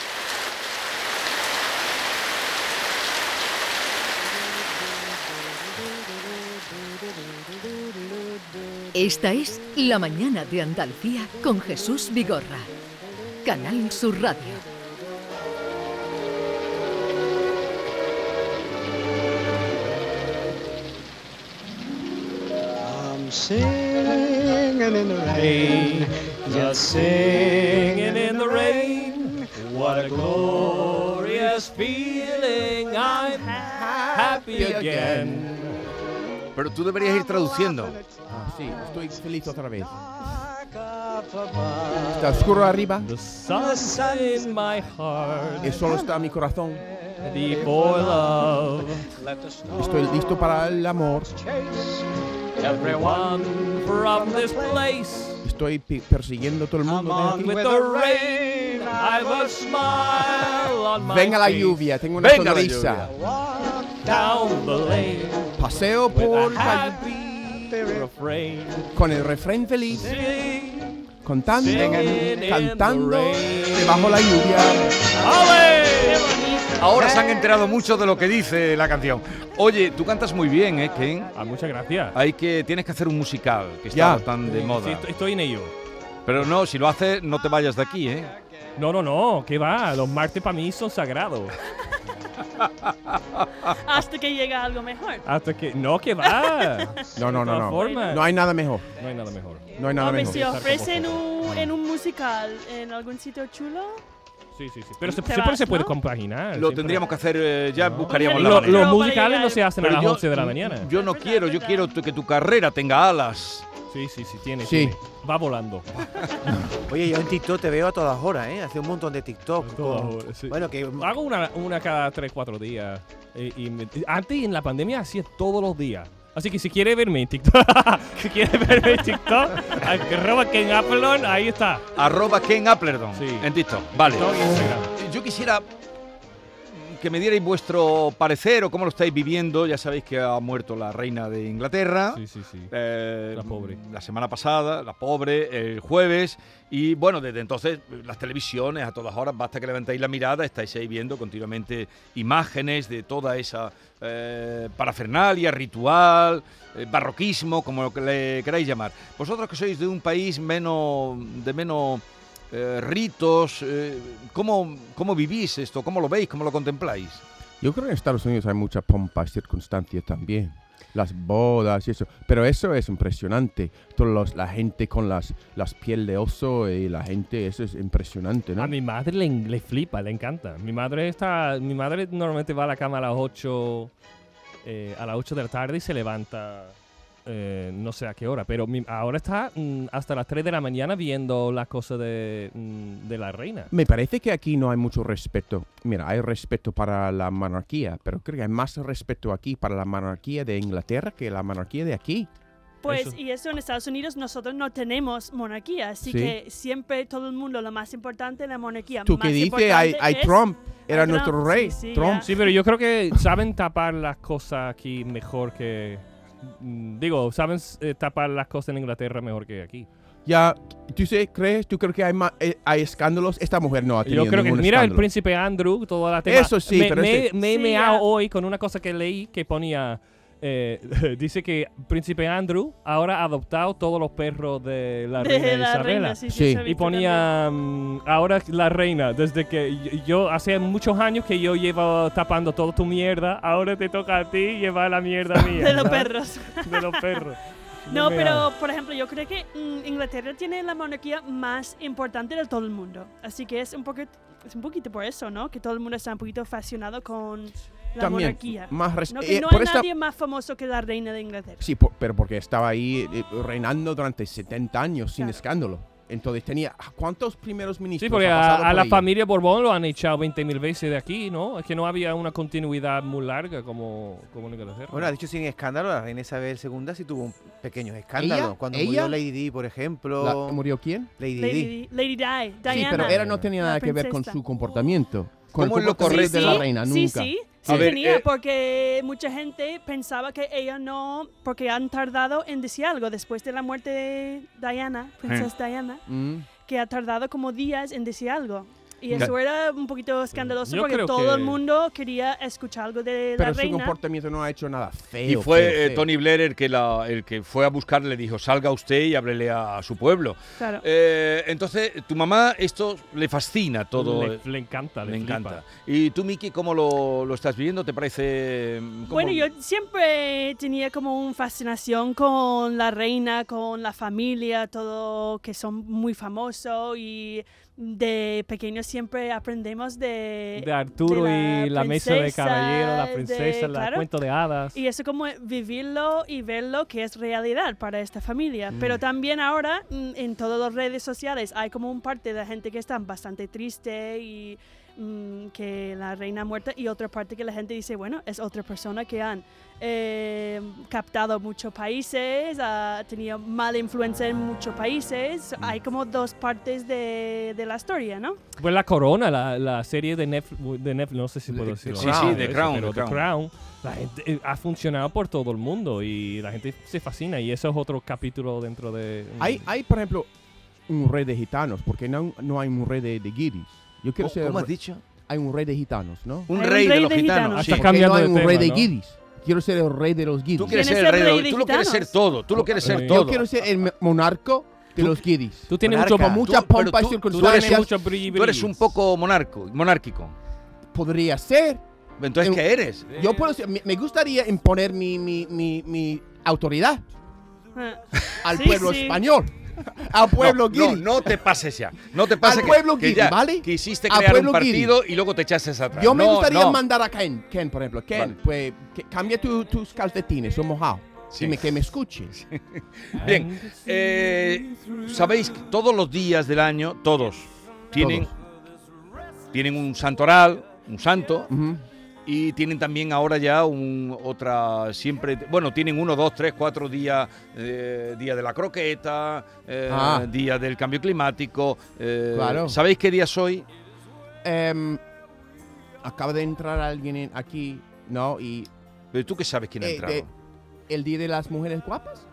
[SPEAKER 1] Esta es La Mañana de Andalucía con Jesús Vigorra. Canal Sur Radio.
[SPEAKER 12] I'm singing in the rain, just singing in the rain. What a glorious feeling, I'm happy again.
[SPEAKER 2] Pero tú deberías ir traduciendo.
[SPEAKER 4] Ah, sí, estoy feliz otra vez. Está oscuro
[SPEAKER 12] Transcurro
[SPEAKER 4] arriba.
[SPEAKER 12] The sun in my heart.
[SPEAKER 4] Y solo está mi corazón.
[SPEAKER 12] Deep boy love. Let the storm
[SPEAKER 4] Estoy listo para el amor.
[SPEAKER 12] chase everyone from this place.
[SPEAKER 4] Estoy pi- persiguiendo a todo el mundo.
[SPEAKER 12] On
[SPEAKER 4] Ven aquí.
[SPEAKER 12] with the rain, I've a smile on my
[SPEAKER 4] Venga la
[SPEAKER 12] face.
[SPEAKER 4] lluvia, tengo una
[SPEAKER 12] Venga la
[SPEAKER 4] sonrisa.
[SPEAKER 12] Down the lane
[SPEAKER 4] Paseo por
[SPEAKER 12] with a
[SPEAKER 4] calle
[SPEAKER 12] happy refrain.
[SPEAKER 4] con el refrén feliz,
[SPEAKER 12] Sing,
[SPEAKER 4] contando,
[SPEAKER 12] singing in
[SPEAKER 4] cantando
[SPEAKER 12] the rain.
[SPEAKER 4] debajo la lluvia.
[SPEAKER 2] Ahora se han enterado mucho de lo que dice la canción. Oye, tú cantas muy bien, ¿eh, Ken?
[SPEAKER 6] Ah, muchas gracias.
[SPEAKER 2] Hay que, tienes que hacer un musical, que
[SPEAKER 6] Ya.
[SPEAKER 2] está tan de
[SPEAKER 6] Sí,
[SPEAKER 2] moda.
[SPEAKER 6] estoy- estoy en ello.
[SPEAKER 2] Pero no, si lo haces, no te vayas de aquí, ¿eh?
[SPEAKER 6] No, no, no, ¿qué va? Los martes para mí son sagrados.
[SPEAKER 5] Hasta que llega algo mejor.
[SPEAKER 6] Hasta que. No, ¿qué va?
[SPEAKER 4] No, no, no,
[SPEAKER 6] De todas
[SPEAKER 4] no.
[SPEAKER 6] formas.
[SPEAKER 4] No hay nada mejor.
[SPEAKER 6] No hay nada mejor.
[SPEAKER 4] No hay nada
[SPEAKER 5] Hombre,
[SPEAKER 4] mejor.
[SPEAKER 5] pues, si ofrecen un, en un musical en algún sitio chulo,
[SPEAKER 6] Sí, sí, sí. Pero se,
[SPEAKER 5] Te
[SPEAKER 6] siempre
[SPEAKER 5] vas,
[SPEAKER 6] se puede
[SPEAKER 5] ¿no?
[SPEAKER 6] compaginar.
[SPEAKER 2] Lo
[SPEAKER 6] Ah, siempre.
[SPEAKER 2] tendríamos que hacer, eh, ya buscaríamos la
[SPEAKER 6] Lo- los
[SPEAKER 2] manera.
[SPEAKER 6] musicales no se hacen a
[SPEAKER 2] Pero
[SPEAKER 6] las
[SPEAKER 2] yo-
[SPEAKER 6] 11 de la mañana.
[SPEAKER 2] Yo no quiero, yo quiero tu- que tu carrera tenga alas.
[SPEAKER 6] Sí, sí, sí, tiene.
[SPEAKER 4] Sí.
[SPEAKER 6] tiene. Va volando.
[SPEAKER 3] Oye, yo en TikTok te veo a todas horas, ¿eh? Hace un montón de TikTok.
[SPEAKER 6] todas
[SPEAKER 3] con-
[SPEAKER 6] horas, sí.
[SPEAKER 3] Bueno, que
[SPEAKER 6] Hago una, una cada 3, 4 días. Eh, y me- antes en la pandemia hacía todos los días. Así que si quiere verme en TikTok, si quiere verme en TikTok, arroba Ken Applon, ahí está.
[SPEAKER 2] Arroba Ken Applerdon en TikTok. Vale.
[SPEAKER 6] TikTok e Instagram.
[SPEAKER 2] Yo quisiera que me dierais vuestro parecer o cómo lo estáis viviendo. Ya sabéis que ha muerto la reina de Inglaterra.
[SPEAKER 6] Sí, sí, sí.
[SPEAKER 2] Eh,
[SPEAKER 6] La pobre.
[SPEAKER 2] La semana pasada, la pobre, el jueves. Y bueno, desde entonces las televisiones a todas horas, basta que levantéis la mirada, estáis ahí viendo continuamente imágenes de toda esa eh, parafernalia, ritual, eh, barroquismo, como lo que le queráis llamar. Vosotros que sois de un país menos, de menos eh, ritos, eh, ¿cómo, ¿cómo vivís esto? ¿Cómo lo veis? ¿Cómo lo contempláis?
[SPEAKER 4] Yo creo que en Estados Unidos hay mucha pompa y circunstancia también. Las bodas y eso. Pero eso es impresionante. Todos los- la gente con las, las piel de oso y la gente, eso es impresionante, ¿no?
[SPEAKER 6] A mi madre le, le flipa, le encanta. Mi madre está. Mi madre normalmente va a la cama a las 8. eh, a las 8 de la tarde y se levanta. eh, no sé a qué hora, pero mi- ahora está mm, hasta las 3 de la mañana viendo las cosas de, mm, de la reina.
[SPEAKER 4] Me parece que aquí no hay mucho respeto. Mira, hay respeto para la monarquía, pero creo que hay más respeto aquí para la monarquía de Inglaterra que la monarquía de aquí.
[SPEAKER 5] pues y eso en Estados Unidos nosotros no tenemos monarquía, así
[SPEAKER 4] Sí.
[SPEAKER 5] que siempre todo el mundo lo más importante la monarquía.
[SPEAKER 4] Tú
[SPEAKER 5] más
[SPEAKER 4] que dices,
[SPEAKER 5] importante
[SPEAKER 4] hay, hay
[SPEAKER 5] es-
[SPEAKER 4] Trump, era
[SPEAKER 5] hay Trump,
[SPEAKER 4] nuestro rey.
[SPEAKER 5] sí, sí,
[SPEAKER 4] Trump.
[SPEAKER 5] ya.
[SPEAKER 6] Sí, pero yo creo que saben tapar las cosas aquí mejor que. mm, Digo, saben eh, tapar las cosas en Inglaterra mejor que aquí.
[SPEAKER 4] Ya, ¿tú sé- crees? ¿Tú crees que hay, ma- eh, hay escándalos? Esta mujer no ha tenido
[SPEAKER 6] Yo creo que,
[SPEAKER 4] ningún
[SPEAKER 6] mira, el
[SPEAKER 4] escándalo.
[SPEAKER 6] príncipe Andrew, toda la tema.
[SPEAKER 4] Eso sí,
[SPEAKER 6] me,
[SPEAKER 4] pero
[SPEAKER 6] me,
[SPEAKER 4] ese-
[SPEAKER 6] me he
[SPEAKER 4] Sí,
[SPEAKER 6] meado
[SPEAKER 5] ah.
[SPEAKER 4] ya.
[SPEAKER 6] hoy con una cosa que leí que ponía. eh, dice que príncipe Andrew ahora ha adoptado todos los perros de la
[SPEAKER 5] De
[SPEAKER 6] reina
[SPEAKER 5] la
[SPEAKER 6] Isabela.
[SPEAKER 5] reina, sí, sí, Sí. eso he
[SPEAKER 6] Y
[SPEAKER 5] visto
[SPEAKER 6] ponía mm, ahora la reina, desde que yo- yo hace muchos años que yo llevo tapando toda tu mierda, ahora te toca a ti llevar la mierda mía.
[SPEAKER 5] De los
[SPEAKER 6] ¿sabes?
[SPEAKER 5] perros.
[SPEAKER 6] De los perros.
[SPEAKER 5] No,
[SPEAKER 6] Me
[SPEAKER 5] pero por ejemplo, yo creo que mm, Inglaterra tiene la monarquía más importante de todo el mundo. Así que es un poquito, es un poquito por eso, ¿no? Que todo el mundo está un poquito fascinado con la
[SPEAKER 4] También,
[SPEAKER 5] monarquía.
[SPEAKER 4] más res-
[SPEAKER 5] no que
[SPEAKER 4] eh,
[SPEAKER 5] no
[SPEAKER 4] por
[SPEAKER 5] hay
[SPEAKER 4] esta-
[SPEAKER 5] nadie más famoso que la reina de Inglaterra.
[SPEAKER 4] Sí, po- pero porque estaba ahí eh, reinando durante 70 años sin escándalo. Entonces tenía. ¿Cuántos primeros ministros?
[SPEAKER 6] Sí, porque
[SPEAKER 4] Pues ha
[SPEAKER 6] a,
[SPEAKER 4] pasado
[SPEAKER 6] a
[SPEAKER 4] por
[SPEAKER 6] la
[SPEAKER 4] ahí?
[SPEAKER 6] familia Borbón lo han echado 20.000 veces de aquí, ¿no? Es que no había una continuidad muy larga como, como en Inglaterra.
[SPEAKER 3] Bueno, ha dicho sin escándalo, la reina Isabel II sí tuvo un pequeño escándalo.
[SPEAKER 6] ¿Ella?
[SPEAKER 3] Cuando
[SPEAKER 6] ¿Ella?
[SPEAKER 3] murió Lady Di, por ejemplo.
[SPEAKER 4] La- ¿Murió quién?
[SPEAKER 3] Lady, Di.
[SPEAKER 5] Lady, Lady Di, Diana.
[SPEAKER 4] Sí, pero era no tenía
[SPEAKER 5] la
[SPEAKER 4] nada que ver con
[SPEAKER 5] princesa.
[SPEAKER 4] su comportamiento. Con
[SPEAKER 2] ¿Cómo
[SPEAKER 4] el
[SPEAKER 2] es lo
[SPEAKER 4] comportamiento
[SPEAKER 2] correcto?
[SPEAKER 4] de la
[SPEAKER 2] Sí,
[SPEAKER 4] reina,
[SPEAKER 5] Sí,
[SPEAKER 4] nunca.
[SPEAKER 5] sí,
[SPEAKER 2] A
[SPEAKER 5] sí
[SPEAKER 2] ver,
[SPEAKER 5] tenía,
[SPEAKER 2] eh,
[SPEAKER 5] porque mucha gente pensaba que ella no, porque han tardado en decir algo después de la muerte de Diana, princesa Diana, que ha tardado como días en decir algo. Y
[SPEAKER 4] Ya.
[SPEAKER 5] eso era un
[SPEAKER 6] Mm,
[SPEAKER 5] poquito escandaloso
[SPEAKER 4] Yo
[SPEAKER 5] porque
[SPEAKER 4] creo
[SPEAKER 5] todo el
[SPEAKER 4] que-
[SPEAKER 5] mundo quería escuchar algo de la
[SPEAKER 4] Pero su
[SPEAKER 5] reina.
[SPEAKER 4] comportamiento no ha hecho nada
[SPEAKER 2] Y
[SPEAKER 4] feo.
[SPEAKER 2] fue
[SPEAKER 4] feo,
[SPEAKER 2] eh,
[SPEAKER 4] feo.
[SPEAKER 2] Tony Blair el que, la, el que fue a buscar, le dijo, salga usted y háblele a, a su pueblo.
[SPEAKER 5] Claro.
[SPEAKER 2] Eh, entonces, tu mamá esto le fascina todo.
[SPEAKER 6] Le- le encanta, le flipa.
[SPEAKER 2] encanta. ¿Y tú, Miki, cómo lo, lo estás viviendo? ¿Te parece...? mm, cómo-
[SPEAKER 5] Bueno, yo siempre tenía como una fascinación con la reina, con la familia, todo que son muy famosos y de pequeños siempre aprendemos Eh, de...
[SPEAKER 6] De Arturo
[SPEAKER 5] de
[SPEAKER 6] y la mesa de
[SPEAKER 5] princesa,
[SPEAKER 6] caballero, la
[SPEAKER 5] de-
[SPEAKER 6] princesa, el
[SPEAKER 5] claro.
[SPEAKER 6] cuento de hadas.
[SPEAKER 5] Y eso como vivirlo y verlo que es realidad para esta familia. Pero también ahora mm, en todas las redes sociales hay como un parte de gente que está bastante triste y mm, que la reina muerta y otra parte que la gente dice, bueno, es otra persona que han eh, captado muchos países, ha tenido mala influencia en muchos países. Hay como dos partes de, de la historia, ¿no?
[SPEAKER 6] Pues la corona, la, la serie de Netflix, de Netflix, no sé si puedo
[SPEAKER 2] The
[SPEAKER 6] decirlo. Ah,
[SPEAKER 2] Crown. Sí, sí, The
[SPEAKER 6] Eso,
[SPEAKER 2] Crown,
[SPEAKER 6] pero
[SPEAKER 2] The
[SPEAKER 6] The
[SPEAKER 2] Crown.
[SPEAKER 6] Crown, la gente, eh, ha funcionado por todo el mundo y la gente se fascina y eso es otro capítulo dentro de...
[SPEAKER 4] Hay, hay, por ejemplo, un rey de gitanos, porque no, no hay un rey de, de guiris. Yo quiero
[SPEAKER 2] ¿Cómo-
[SPEAKER 4] ser
[SPEAKER 2] cómo has
[SPEAKER 4] re- Hay un rey de gitanos, ¿no?
[SPEAKER 2] Un Hay un rey de rey los de gitanos, gitanos. sí.
[SPEAKER 4] Hasta
[SPEAKER 2] Porque
[SPEAKER 4] cambiando hay
[SPEAKER 2] no de
[SPEAKER 4] un rey
[SPEAKER 2] tema,
[SPEAKER 4] de
[SPEAKER 2] ¿no?
[SPEAKER 4] guiris. Quiero ser el rey de los guiris.
[SPEAKER 2] Tú quieres ser el rey, de- tú lo quieres ser todo, tú lo quieres ser todo.
[SPEAKER 4] Yo quiero ser el me- monarco de los guiris.
[SPEAKER 6] Tú tienes mucho-
[SPEAKER 4] con mucha
[SPEAKER 6] tú- pero
[SPEAKER 4] pompa y
[SPEAKER 6] tú- tú
[SPEAKER 4] circunstancias.
[SPEAKER 6] tienes mucho brilli,
[SPEAKER 2] Tú eres un poco monarco, monárquico.
[SPEAKER 4] Podría ser.
[SPEAKER 2] Entonces,
[SPEAKER 4] Eh,
[SPEAKER 2] ¿qué eres?
[SPEAKER 4] Yo puedo ser- me- me gustaría imponer mi, mi, mi, mi autoridad al
[SPEAKER 2] Sí,
[SPEAKER 4] pueblo
[SPEAKER 2] sí.
[SPEAKER 4] español. Al pueblo
[SPEAKER 2] no,
[SPEAKER 4] guiri.
[SPEAKER 2] No, no te pases ya. No te pases
[SPEAKER 4] Al
[SPEAKER 2] que-
[SPEAKER 4] pueblo
[SPEAKER 2] que
[SPEAKER 4] guiri,
[SPEAKER 2] ya
[SPEAKER 4] ¿vale?
[SPEAKER 2] Quisiste
[SPEAKER 4] Al
[SPEAKER 2] crear un
[SPEAKER 4] pueblo guiri.
[SPEAKER 2] partido y luego te echaste atrás.
[SPEAKER 4] Yo me
[SPEAKER 2] No,
[SPEAKER 4] gustaría
[SPEAKER 2] no.
[SPEAKER 4] mandar a Ken, Ken, por ejemplo. Ken, pues que cambia tu- tus calcetines, son mojados. Y me- que me escuches.
[SPEAKER 2] Bien, eh, sabéis que todos los días del año, todos, tienen, tienen un santoral, un santo, y tienen también ahora ya un, otra, siempre, bueno, tienen uno, dos, tres, cuatro días, eh, día de la croqueta, eh,
[SPEAKER 4] Ah.
[SPEAKER 2] día del cambio climático. eh,
[SPEAKER 4] Claro.
[SPEAKER 2] ¿Sabéis qué día soy?
[SPEAKER 4] Em, acaba de entrar alguien en- aquí, ¿no? Y.
[SPEAKER 2] ¿Pero tú qué sabes quién ha
[SPEAKER 4] eh,
[SPEAKER 2] entrado?
[SPEAKER 4] de- ¿El día de las mujeres guapas?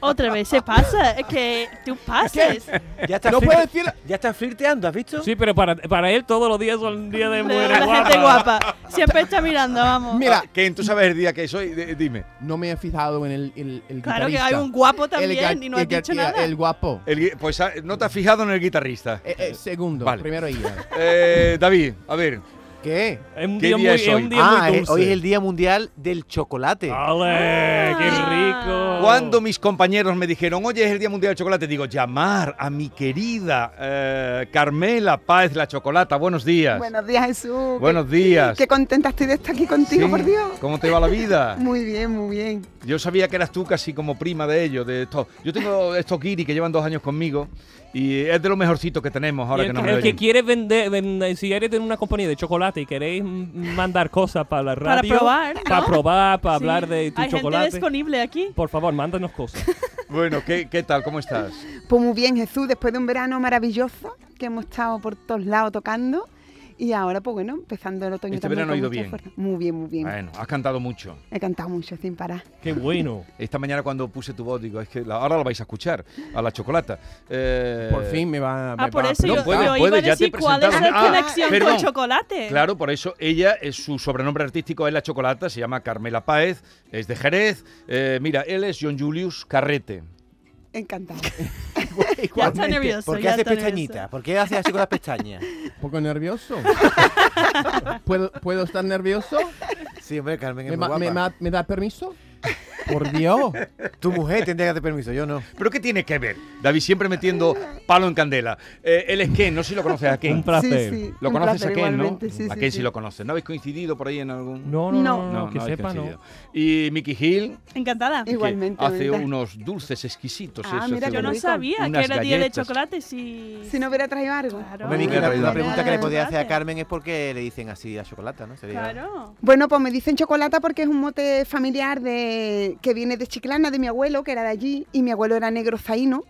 [SPEAKER 5] Otra vez se pasa, es que tú pases.
[SPEAKER 13] Ya está
[SPEAKER 4] No
[SPEAKER 13] flirte-
[SPEAKER 4] puedo decir-
[SPEAKER 13] Ya está flirteando, ¿has visto?
[SPEAKER 6] Sí, pero para, para él todos los días son días de mujeres
[SPEAKER 5] la
[SPEAKER 6] guapas.
[SPEAKER 5] gente guapa. Siempre está mirando, vamos.
[SPEAKER 4] Mira.
[SPEAKER 2] ¿Quién tú sabes el día que soy? De- dime.
[SPEAKER 4] No me he fijado en el, el, el
[SPEAKER 5] Claro que
[SPEAKER 4] guitarrista.
[SPEAKER 5] hay un guapo
[SPEAKER 4] El
[SPEAKER 5] también
[SPEAKER 4] ga-
[SPEAKER 5] y no has
[SPEAKER 4] el ga-
[SPEAKER 5] dicho nada.
[SPEAKER 4] El guapo.
[SPEAKER 2] El gui- pues ah, no te has fijado en el guitarrista.
[SPEAKER 4] Eh, eh, segundo,
[SPEAKER 2] Vale.
[SPEAKER 4] primero ella.
[SPEAKER 2] Eh, David, a ver.
[SPEAKER 3] ¿Qué?
[SPEAKER 6] Es
[SPEAKER 2] ¿Qué día es hoy?
[SPEAKER 3] ah, eh, hoy es el Día Mundial del Chocolate.
[SPEAKER 6] ¡Ale! ¡Qué rico!
[SPEAKER 2] Cuando mis compañeros me dijeron, oye, es el Día Mundial del Chocolate, digo, llamar a mi querida eh, Carmela Páez la Chocolata. Buenos días.
[SPEAKER 14] Buenos días, Jesús.
[SPEAKER 2] Buenos
[SPEAKER 14] Qué-
[SPEAKER 2] días.
[SPEAKER 14] Qué contenta estoy de estar aquí contigo,
[SPEAKER 2] Sí.
[SPEAKER 14] por Dios.
[SPEAKER 2] ¿Cómo te va la vida?
[SPEAKER 14] Muy bien, muy bien.
[SPEAKER 2] Yo sabía que eras tú casi como prima de ellos, de estos. Yo tengo estos guiri que llevan dos años conmigo y es de lo mejorcito que tenemos ahora
[SPEAKER 6] Y
[SPEAKER 2] que
[SPEAKER 6] el,
[SPEAKER 2] nos
[SPEAKER 6] que- el que
[SPEAKER 2] oyen.
[SPEAKER 6] quiere vender, vender- si eres de una compañía de chocolate y queréis mm, mandar cosas para la
[SPEAKER 5] Para
[SPEAKER 6] radio,
[SPEAKER 5] probar, ¿no?
[SPEAKER 6] para probar, para
[SPEAKER 5] Sí.
[SPEAKER 6] hablar de tu
[SPEAKER 5] Hay gente
[SPEAKER 6] chocolate,
[SPEAKER 5] disponible aquí.
[SPEAKER 6] por favor, mándanos cosas.
[SPEAKER 2] Bueno, ¿qué, qué tal? ¿Cómo estás?
[SPEAKER 14] Pues muy bien, Jesús, después de un verano maravilloso que hemos estado por todos lados tocando. Y ahora, pues bueno, empezando el otoño
[SPEAKER 2] Este
[SPEAKER 14] también.
[SPEAKER 2] verano
[SPEAKER 14] con
[SPEAKER 2] ha ido
[SPEAKER 14] mucha
[SPEAKER 2] bien.
[SPEAKER 14] fuerza. Muy bien, muy bien.
[SPEAKER 2] Bueno, has cantado mucho.
[SPEAKER 14] He cantado mucho sin parar.
[SPEAKER 6] Qué bueno.
[SPEAKER 2] Esta mañana cuando puse tu voz, digo, es que la- ahora la vais a escuchar, a la chocolata. Eh,
[SPEAKER 4] Por fin me va, me
[SPEAKER 5] Ah, por
[SPEAKER 4] va a
[SPEAKER 5] eso yo,
[SPEAKER 4] presentar.
[SPEAKER 5] yo iba a decir cuál es la
[SPEAKER 2] presentaron. Ah,
[SPEAKER 5] conexión
[SPEAKER 2] perdón.
[SPEAKER 5] con chocolate.
[SPEAKER 2] Claro, por eso ella, eh, su sobrenombre artístico es La Chocolata, se llama Carmela Páez, es de Jerez. Eh, mira, él es John Julius Carrete.
[SPEAKER 14] Encantado.
[SPEAKER 5] ya está nervioso.
[SPEAKER 3] ¿Por qué
[SPEAKER 5] ya
[SPEAKER 3] haces
[SPEAKER 5] está nervioso.
[SPEAKER 3] pestañitas? ¿Por qué haces así con las pestañas?
[SPEAKER 4] Un poco nervioso. ¿Puedo, ¿Puedo estar nervioso?
[SPEAKER 3] Sí, hombre, Carmen, es
[SPEAKER 4] ¿Me,
[SPEAKER 3] muy
[SPEAKER 4] ma- me
[SPEAKER 3] guapa.
[SPEAKER 4] ma- me da permiso?
[SPEAKER 3] Por Dios. Tu mujer tendría que darte permiso, yo no.
[SPEAKER 2] ¿Pero qué tiene que ver? David siempre metiendo palo en candela. Eh, él es Ken, no sé si lo conoces a Ken.
[SPEAKER 6] Un placer. Sí, sí,
[SPEAKER 2] Lo
[SPEAKER 6] un
[SPEAKER 2] conoces
[SPEAKER 6] placer
[SPEAKER 2] a Ken, ¿no?
[SPEAKER 6] igualmente, sí,
[SPEAKER 2] a
[SPEAKER 6] sí,
[SPEAKER 2] Ken sí,
[SPEAKER 6] sí.
[SPEAKER 2] lo conoces. ¿No habéis coincidido por ahí en algún...?
[SPEAKER 6] No, no, no, no, que
[SPEAKER 2] habéis
[SPEAKER 6] sepa, no.
[SPEAKER 2] coincidido. Y Mickey Hill,
[SPEAKER 5] Encantada.
[SPEAKER 2] que hace unos dulces exquisitos.
[SPEAKER 5] Ah,
[SPEAKER 2] eso,
[SPEAKER 5] mira,
[SPEAKER 2] hace
[SPEAKER 5] yo no
[SPEAKER 2] unos-
[SPEAKER 5] sabía que
[SPEAKER 2] unas
[SPEAKER 5] era día de
[SPEAKER 2] galletas.
[SPEAKER 5] chocolate si...
[SPEAKER 14] Si no hubiera traído algo.
[SPEAKER 3] Hombre, Miki, la, la
[SPEAKER 2] Claro.
[SPEAKER 3] pregunta que le podía hacer a
[SPEAKER 14] Chocolate.
[SPEAKER 3] Carmen es por qué le dicen así a chocolate, ¿no? Sería-
[SPEAKER 14] Bueno, pues me dicen chocolate porque es un mote familiar de que viene de Chiclana, de mi abuelo, que era de allí, y mi abuelo era negro zaino,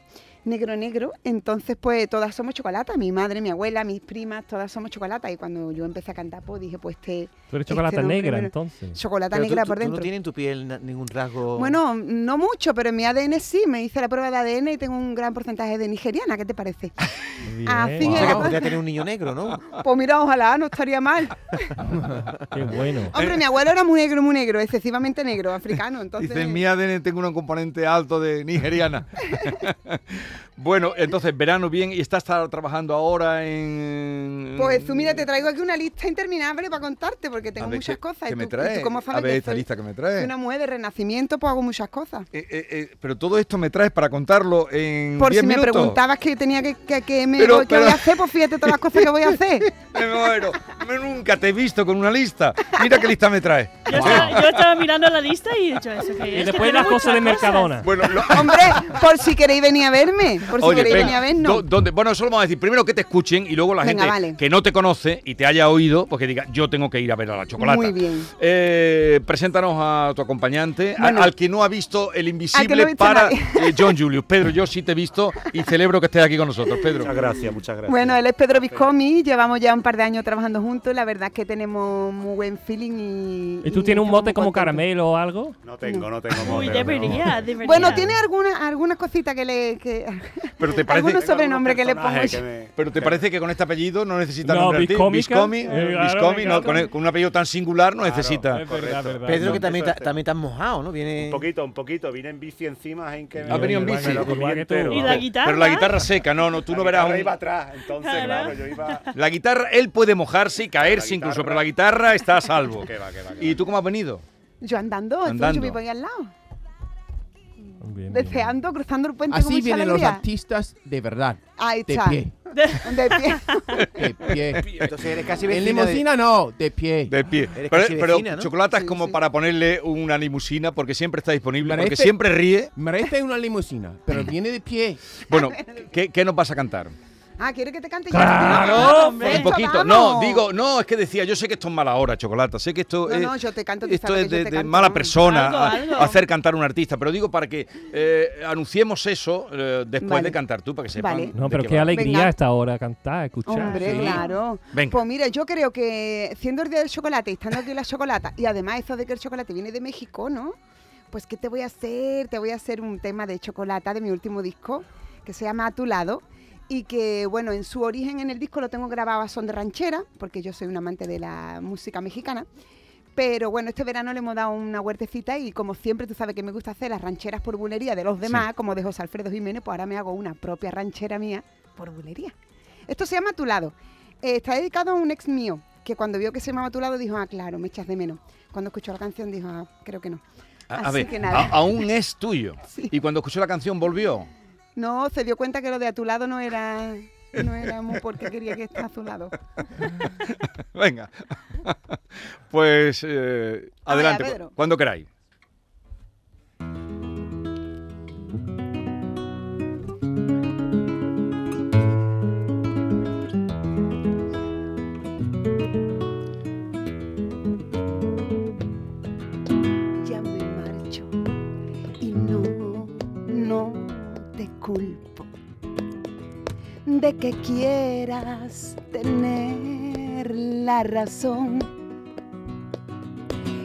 [SPEAKER 14] negro negro, entonces pues todas somos chocolata, mi madre, mi abuela, mis primas, todas somos chocolata, y cuando yo empecé a cantar, pues dije, pues este...
[SPEAKER 6] Tú eres
[SPEAKER 14] este
[SPEAKER 6] chocolate
[SPEAKER 14] nombre,
[SPEAKER 6] negra,
[SPEAKER 14] bueno,
[SPEAKER 6] entonces.
[SPEAKER 14] Chocolata
[SPEAKER 3] Pero tú-
[SPEAKER 14] negra
[SPEAKER 3] tú-
[SPEAKER 14] por
[SPEAKER 3] tú
[SPEAKER 14] dentro.
[SPEAKER 3] no tiene en tu piel na- ningún rasgo.
[SPEAKER 14] Bueno, no mucho, pero en mi ADN sí, me hice la prueba de ADN y tengo un gran porcentaje de nigeriana, ¿qué te parece? así
[SPEAKER 3] O sea,
[SPEAKER 14] que-
[SPEAKER 3] que podría tener un niño negro, ¿no?
[SPEAKER 14] Pues mira, ojalá no estaría mal.
[SPEAKER 6] Qué bueno.
[SPEAKER 14] Hombre, mi abuelo era muy negro, muy negro, excesivamente negro, africano, entonces...
[SPEAKER 2] Dice, en mi ADN tengo un componente alto de nigeriana. bueno, entonces, verano bien, y estás tra- trabajando ahora en...
[SPEAKER 14] Pues tú mira, te traigo aquí una lista interminable para contarte, porque tengo
[SPEAKER 2] Mm. A ver,
[SPEAKER 14] muchas
[SPEAKER 2] ¿qué-
[SPEAKER 14] cosas.
[SPEAKER 2] qué
[SPEAKER 14] y
[SPEAKER 2] me
[SPEAKER 14] tú- y tú
[SPEAKER 2] traes?
[SPEAKER 14] como sabes,
[SPEAKER 2] A ver
[SPEAKER 14] yo
[SPEAKER 2] esta
[SPEAKER 14] soy-
[SPEAKER 2] lista que me traes.
[SPEAKER 14] soy una mujer de renacimiento, pues hago muchas cosas.
[SPEAKER 2] Eh, eh, eh, pero todo esto me traes para contarlo en
[SPEAKER 14] Por
[SPEAKER 2] 10
[SPEAKER 14] si me
[SPEAKER 2] minutos.
[SPEAKER 14] preguntabas que tenía que, que, que me
[SPEAKER 2] Pero-
[SPEAKER 14] voy- que voy
[SPEAKER 2] pero-
[SPEAKER 14] a hacer, pues fíjate todas las cosas que voy a hacer.
[SPEAKER 2] Me muero. Yo nunca te he visto con una lista. Mira qué lista me traes.
[SPEAKER 5] Yo estaba mirando la lista y he dicho, ¿eso qué es? Que
[SPEAKER 6] Y después
[SPEAKER 5] tiene
[SPEAKER 6] las cosas de
[SPEAKER 5] muchas
[SPEAKER 6] Mercadona.
[SPEAKER 2] Bueno, lo-
[SPEAKER 14] Hombre, por si queréis venir a verme, por si
[SPEAKER 2] Oye,
[SPEAKER 14] queréis
[SPEAKER 2] venga,
[SPEAKER 14] venir a vernos.
[SPEAKER 2] do- donde- bueno, eso lo vamos a decir. Primero que te escuchen y luego la
[SPEAKER 14] Venga,
[SPEAKER 2] gente
[SPEAKER 14] vale.
[SPEAKER 2] que no te conoce y te haya oído, porque diga, yo tengo que ir a ver a la chocolata.
[SPEAKER 14] Muy bien.
[SPEAKER 2] Eh, preséntanos a tu acompañante, a-
[SPEAKER 14] Bueno.
[SPEAKER 2] al que no ha visto El
[SPEAKER 14] Al que
[SPEAKER 2] Invisible
[SPEAKER 14] no ha visto
[SPEAKER 2] para
[SPEAKER 14] nadie.
[SPEAKER 2] eh, John Julius. Pedro, yo sí te he visto y celebro que estés aquí con nosotros, Pedro. Muchas
[SPEAKER 13] gracias, muchas
[SPEAKER 14] Bueno, él es Pedro Viscomi, llevamos ya un par de años trabajando juntos, la verdad es que tenemos muy buen feeling y...
[SPEAKER 6] ¿Y tú tienes un mote como caramelo o algo?
[SPEAKER 13] No tengo, no tengo mote.
[SPEAKER 5] Uy,
[SPEAKER 13] no
[SPEAKER 5] debería, debería.
[SPEAKER 14] Bueno, tiene algunas algunas cositas que le... Que...
[SPEAKER 2] Pero te parece,
[SPEAKER 14] Algunos sobrenombres que le pongo
[SPEAKER 13] personajes
[SPEAKER 14] yo.
[SPEAKER 13] que me-
[SPEAKER 2] pero te parece que con este apellido no necesita
[SPEAKER 6] No,
[SPEAKER 2] nombre artístico.
[SPEAKER 6] Viscomica.
[SPEAKER 2] Viscomi,
[SPEAKER 6] Eh, claro,
[SPEAKER 2] Viscomi, no,
[SPEAKER 6] Viscomi.
[SPEAKER 2] con, con un apellido tan singular no necesita.
[SPEAKER 3] Pedro, que también, ta- también te has mojado, ¿no? Viene...
[SPEAKER 13] Un poquito, un poquito. Vine en bici encima en que me-
[SPEAKER 2] Ha venido en
[SPEAKER 13] me
[SPEAKER 2] bici.
[SPEAKER 13] lo comí entero.
[SPEAKER 2] Pero- Pero la guitarra seca, no, no, tú no verás
[SPEAKER 13] Ahora
[SPEAKER 2] un-
[SPEAKER 13] iba atrás, entonces, claro, yo iba...
[SPEAKER 2] La guitarra, él puede mojarse y caerse incluso, pero la guitarra está a salvo.
[SPEAKER 13] va, que va, que
[SPEAKER 2] ¿Y tú cómo has venido?
[SPEAKER 14] Yo andando,
[SPEAKER 2] Andando.
[SPEAKER 14] andando. yo vivo ahí al lado. Deseando, cruzando el puente con
[SPEAKER 4] Así
[SPEAKER 14] mucha
[SPEAKER 4] vienen los
[SPEAKER 14] alegría.
[SPEAKER 4] artistas de verdad.
[SPEAKER 14] Ahí
[SPEAKER 4] de
[SPEAKER 14] está.
[SPEAKER 4] pie.
[SPEAKER 14] De pie.
[SPEAKER 4] De pie.
[SPEAKER 3] Entonces eres casi
[SPEAKER 4] En
[SPEAKER 3] vecina de-
[SPEAKER 4] limusina no, de pie.
[SPEAKER 2] De pie.
[SPEAKER 4] Eres
[SPEAKER 2] Pero,
[SPEAKER 4] casi
[SPEAKER 2] pero
[SPEAKER 4] vecina, ¿no?
[SPEAKER 2] Chocolata es como para ponerle una limusina porque siempre está disponible, porque
[SPEAKER 4] Merece-
[SPEAKER 2] siempre ríe.
[SPEAKER 4] Merece una limusina, pero viene de pie.
[SPEAKER 2] Bueno, ¿qué, qué nos vas a cantar?
[SPEAKER 14] Ah, ¿quiere que te cante
[SPEAKER 2] ¡Claro,
[SPEAKER 14] yo?
[SPEAKER 2] Un poquito. No, digo, no, es que decía, yo sé que esto es mala hora, Chocolata. Sé que esto
[SPEAKER 14] No,
[SPEAKER 2] es,
[SPEAKER 14] no, yo te canto, tú
[SPEAKER 2] esto
[SPEAKER 14] sabes
[SPEAKER 2] es
[SPEAKER 14] que yo
[SPEAKER 2] de,
[SPEAKER 14] te
[SPEAKER 2] de
[SPEAKER 14] canto.
[SPEAKER 2] mala persona
[SPEAKER 14] Algo,
[SPEAKER 2] a-
[SPEAKER 14] algo.
[SPEAKER 2] hacer cantar a un artista. Pero digo para que eh, anunciemos eso eh, después
[SPEAKER 14] Vale.
[SPEAKER 2] de cantar tú, para que sepan.
[SPEAKER 14] Vale.
[SPEAKER 6] No,
[SPEAKER 2] de
[SPEAKER 6] pero
[SPEAKER 2] qué
[SPEAKER 6] qué
[SPEAKER 2] va.
[SPEAKER 6] alegría
[SPEAKER 14] Venga.
[SPEAKER 6] esta hora cantar, escuchar.
[SPEAKER 14] Hombre,
[SPEAKER 6] sí.
[SPEAKER 14] claro.
[SPEAKER 6] Venga.
[SPEAKER 14] Pues mira, yo creo que siendo el día del chocolate y estando aquí la chocolata, y además eso de que el chocolate viene de México, ¿no? Pues ¿qué te voy a hacer? Te voy a hacer un tema de chocolata de mi último disco, que se llama A tu lado. Y que, bueno, en su origen en el disco lo tengo grabado a son de ranchera, porque yo soy un amante de la música mexicana. Pero bueno, este verano le hemos dado una huertecita y como siempre tú sabes que me gusta hacer las rancheras por bulería de los demás, como de José Alfredo Jiménez, pues ahora me hago una propia ranchera mía por bulería. Esto se llama A tu lado. Eh, está dedicado a un ex mío, que cuando vio que se llamaba A tu lado dijo, ah, claro, me echas de menos. Cuando escuchó la canción dijo, ah, creo que no.
[SPEAKER 2] A, a
[SPEAKER 14] Así
[SPEAKER 2] ver,
[SPEAKER 14] que nada.
[SPEAKER 2] a- aún es tuyo. Y cuando escuchó la canción volvió.
[SPEAKER 14] No, se dio cuenta que lo de A tu lado no era... No era muy porque quería que esté a tu lado.
[SPEAKER 2] Venga. pues eh, adelante,
[SPEAKER 14] Pedro.
[SPEAKER 2] cu- cuando queráis.
[SPEAKER 14] ya me marcho y no, no te culpo de que quieras tener la razón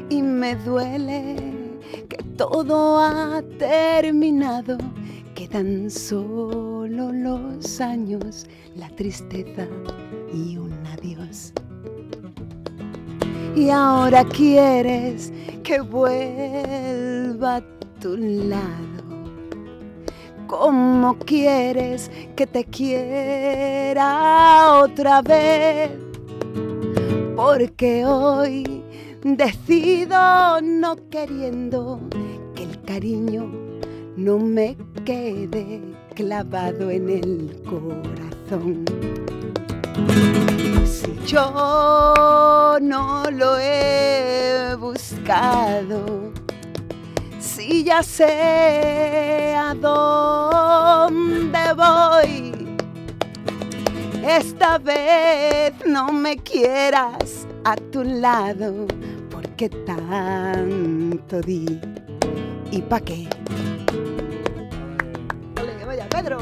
[SPEAKER 14] y me duele que todo ha terminado, quedan solo los años, la tristeza y un adiós. Y ahora quieres que vuelva a tu lado. ¿Cómo quieres que te quiera otra vez? Porque hoy decido no queriendo que el cariño no me quede clavado en el corazón. Si yo no lo he buscado, si ya sé a dónde voy, esta vez no me quieras a tu lado, porque tanto di y pa' qué. ¡Ole, vaya Pedro!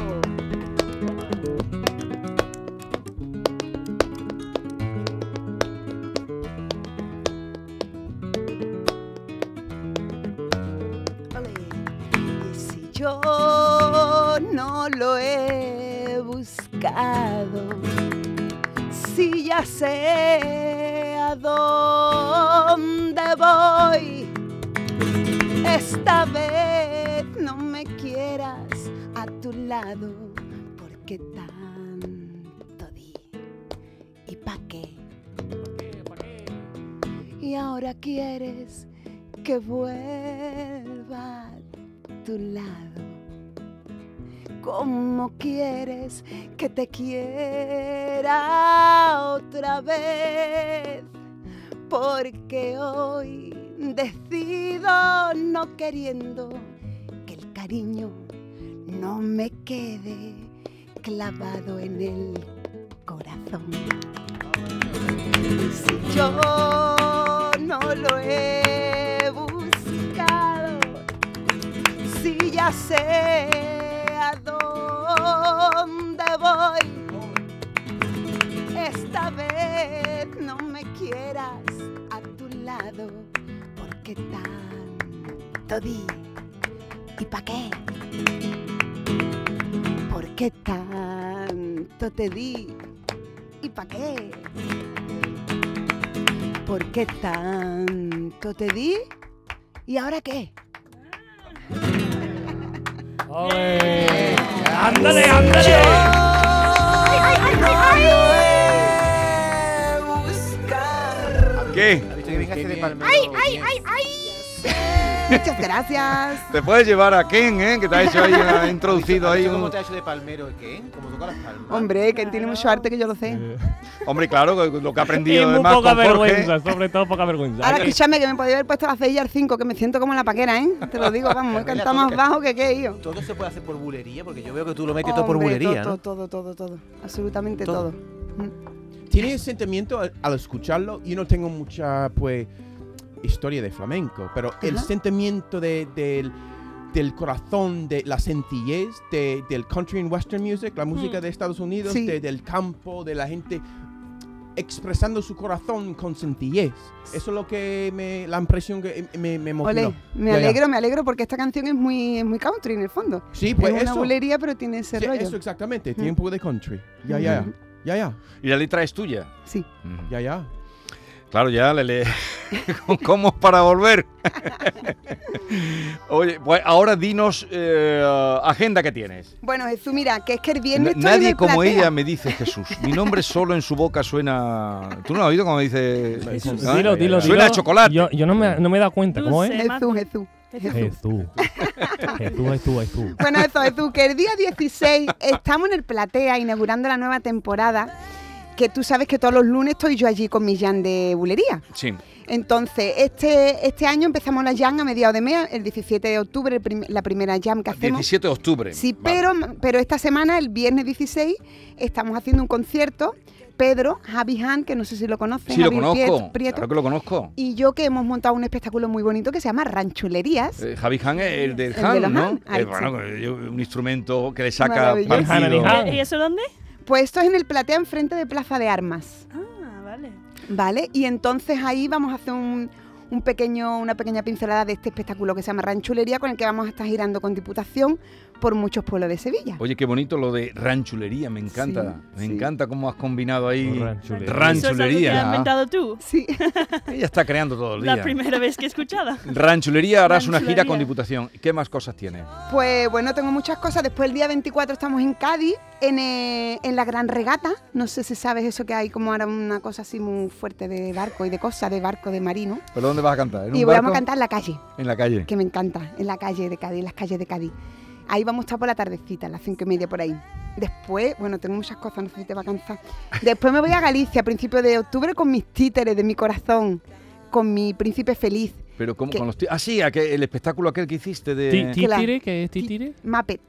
[SPEAKER 14] Si yo no lo he buscado, si ya sé a dónde voy, esta vez no me quieras a tu lado, porque tanto di y pa' qué. Y ahora quieres que vuelva a tu lado. ¿Cómo quieres que te quiera otra vez? Porque hoy decido no queriendo que el cariño no me quede clavado en el corazón. Si yo no lo he buscado, si ya sé a dónde voy, esta vez no me quieras a tu lado, porque tanto di y pa' qué. Porque tanto te di y pa' qué. Porque tanto te di y ahora qué.
[SPEAKER 6] ¡Ole! ¡Ándale, ándale!
[SPEAKER 2] ¿Qué?
[SPEAKER 14] ¡Ay, ay, ay, ay! Muchas gracias.
[SPEAKER 2] Te puedes llevar a Ken, ¿eh? Que te ha hecho ahí, ha introducido ahí
[SPEAKER 3] ¿Cómo
[SPEAKER 2] un...
[SPEAKER 3] te ha hecho de palmero el Ken? ¿Cómo toca las palmas?
[SPEAKER 14] Hombre, que él tiene mucho arte que yo lo sé.
[SPEAKER 2] Hombre, claro, lo que ha aprendido
[SPEAKER 6] Y muy
[SPEAKER 2] además
[SPEAKER 6] poca
[SPEAKER 2] con Jorge.
[SPEAKER 6] vergüenza, sobre todo poca vergüenza.
[SPEAKER 14] Ahora escúchame que me podía haber puesto la feilla al 5, que me siento como la paquera, ¿eh? Te lo digo, vamos,
[SPEAKER 3] Carmela,
[SPEAKER 14] he cantado
[SPEAKER 3] todo
[SPEAKER 14] más
[SPEAKER 3] que-
[SPEAKER 14] bajo que qué, yo.
[SPEAKER 3] Todo se puede hacer por bulería, porque yo veo que tú lo metes todo por
[SPEAKER 14] Hombre,
[SPEAKER 3] bulería.
[SPEAKER 14] Todo,
[SPEAKER 3] ¿no?
[SPEAKER 14] todo, todo, todo, absolutamente todo. Mm.
[SPEAKER 4] Tiene el sentimiento al, al escucharlo. Yo no tengo mucha, pues, historia de flamenco, pero el
[SPEAKER 14] Ajá.
[SPEAKER 4] sentimiento de- del, del corazón, de la sencillez de- del country and western music, la música
[SPEAKER 14] Mm.
[SPEAKER 4] de Estados Unidos,
[SPEAKER 14] Sí.
[SPEAKER 4] de- del campo, de la gente expresando su corazón con sencillez. Eso es lo que me, la impresión que me, me emocionó.
[SPEAKER 14] Ole, me
[SPEAKER 4] Ya, ya.
[SPEAKER 14] alegro, me alegro porque esta canción es muy, es muy country en el fondo.
[SPEAKER 4] Sí, pues
[SPEAKER 14] es una
[SPEAKER 4] eso.
[SPEAKER 14] bulería, pero tiene ese
[SPEAKER 4] Sí,
[SPEAKER 14] este rollo. Mm.
[SPEAKER 4] eso exactamente, tiempo de country. Ya, ya, ya.
[SPEAKER 14] Ujú.
[SPEAKER 4] Ya, ya.
[SPEAKER 2] ¿Y la letra es tuya?
[SPEAKER 14] Sí.
[SPEAKER 4] Ya, ya.
[SPEAKER 2] Claro, ya le le. ¿Cómo es para volver? Oye, pues ahora dinos eh, agenda que tienes.
[SPEAKER 14] Bueno, Jesús, mira, que es que el viernes
[SPEAKER 2] Na-
[SPEAKER 14] estoy en
[SPEAKER 2] Nadie
[SPEAKER 14] el
[SPEAKER 2] como
[SPEAKER 14] platea.
[SPEAKER 2] ella me dice Jesús. Mi nombre solo en su boca suena. ¿Tú no lo has oído como dice?
[SPEAKER 6] Jesús.
[SPEAKER 2] ¿Ah?
[SPEAKER 6] Dilo, dilo,
[SPEAKER 2] Suena
[SPEAKER 6] dilo.
[SPEAKER 2] a chocolate.
[SPEAKER 6] Yo, yo no, me, no me he dado cuenta,
[SPEAKER 2] ¿eh?
[SPEAKER 6] ¿cómo es?
[SPEAKER 14] Jesús, Jesús. Jesús.
[SPEAKER 6] Jesús. Jesús, Jesús, Jesús.
[SPEAKER 14] Bueno, eso es tú, que el día 16 estamos en el Platea inaugurando la nueva temporada, que tú sabes que todos los lunes estoy yo allí con mi Jan de bulería.
[SPEAKER 2] Sí.
[SPEAKER 14] Entonces, este, este año empezamos la jam a mediados de mes, el 17 de octubre, el prim- la primera jam que hacemos.
[SPEAKER 2] 17 de octubre.
[SPEAKER 14] Sí,
[SPEAKER 2] Vale.
[SPEAKER 14] pero, pero esta semana, el viernes 16, estamos haciendo un concierto. Pedro, Javi Han, que no sé si lo conoces.
[SPEAKER 2] Sí, lo
[SPEAKER 14] Javi Priet-
[SPEAKER 2] conozco.
[SPEAKER 14] Prieto,
[SPEAKER 2] Claro que lo conozco.
[SPEAKER 14] Y yo que hemos montado un espectáculo muy bonito que se llama Ranchulerías.
[SPEAKER 2] Eh, Javi Han es el del
[SPEAKER 14] El de
[SPEAKER 2] Han,
[SPEAKER 14] los
[SPEAKER 2] ¿no?
[SPEAKER 14] Han, ahí
[SPEAKER 2] Eh, bueno, eh, un instrumento que le saca
[SPEAKER 14] Maravilloso.
[SPEAKER 2] partido.
[SPEAKER 5] ¿Y eso dónde?
[SPEAKER 14] Pues esto es en el Platea, enfrente de Plaza de Armas.
[SPEAKER 5] Ah, vale.
[SPEAKER 14] ¿Vale? Y entonces ahí vamos a hacer un, un pequeño, una pequeña pincelada de este espectáculo que se llama Ranchulería, con el que vamos a estar girando con Diputación, por muchos pueblos de Sevilla.
[SPEAKER 2] Oye, qué bonito lo de ranchulería, me encanta.
[SPEAKER 14] Sí,
[SPEAKER 2] me
[SPEAKER 14] sí.
[SPEAKER 2] encanta cómo has combinado ahí ranchulería.
[SPEAKER 5] Eso es algo que has inventado tú.
[SPEAKER 14] Sí.
[SPEAKER 2] Ella está creando todo el día.
[SPEAKER 5] La primera vez que he escuchado.
[SPEAKER 2] Ranchulería, harás una gira con
[SPEAKER 5] Ranchulería.
[SPEAKER 2] Diputación. ¿Qué más cosas tienes?
[SPEAKER 14] Pues bueno, tengo muchas cosas. Después el día 24 estamos en Cádiz, en, eh, en la Gran Regata. No sé si sabes eso que hay como ahora una cosa así muy fuerte de barco y de cosas, de barco, de marino.
[SPEAKER 2] ¿Pero dónde vas a cantar? ¿En
[SPEAKER 14] Y
[SPEAKER 2] un
[SPEAKER 14] vamos a
[SPEAKER 2] barco?
[SPEAKER 14] cantar en la calle,
[SPEAKER 2] En la calle.
[SPEAKER 14] que me encanta, en la calle de Cádiz, en las calles de Cádiz. Ahí vamos a estar por la tardecita, a las cinco y media por ahí. Después, bueno, tengo muchas cosas, no sé si te va a cansar. Después me voy a Galicia a principios de octubre con mis títeres de mi corazón, con mi príncipe feliz.
[SPEAKER 2] Pero como
[SPEAKER 14] ¿Qué?
[SPEAKER 2] con los tí- Ah, sí, aquel- el espectáculo aquel que hiciste de.
[SPEAKER 6] Ti- ¿Títere? ¿Qué es títere?
[SPEAKER 14] Mappet.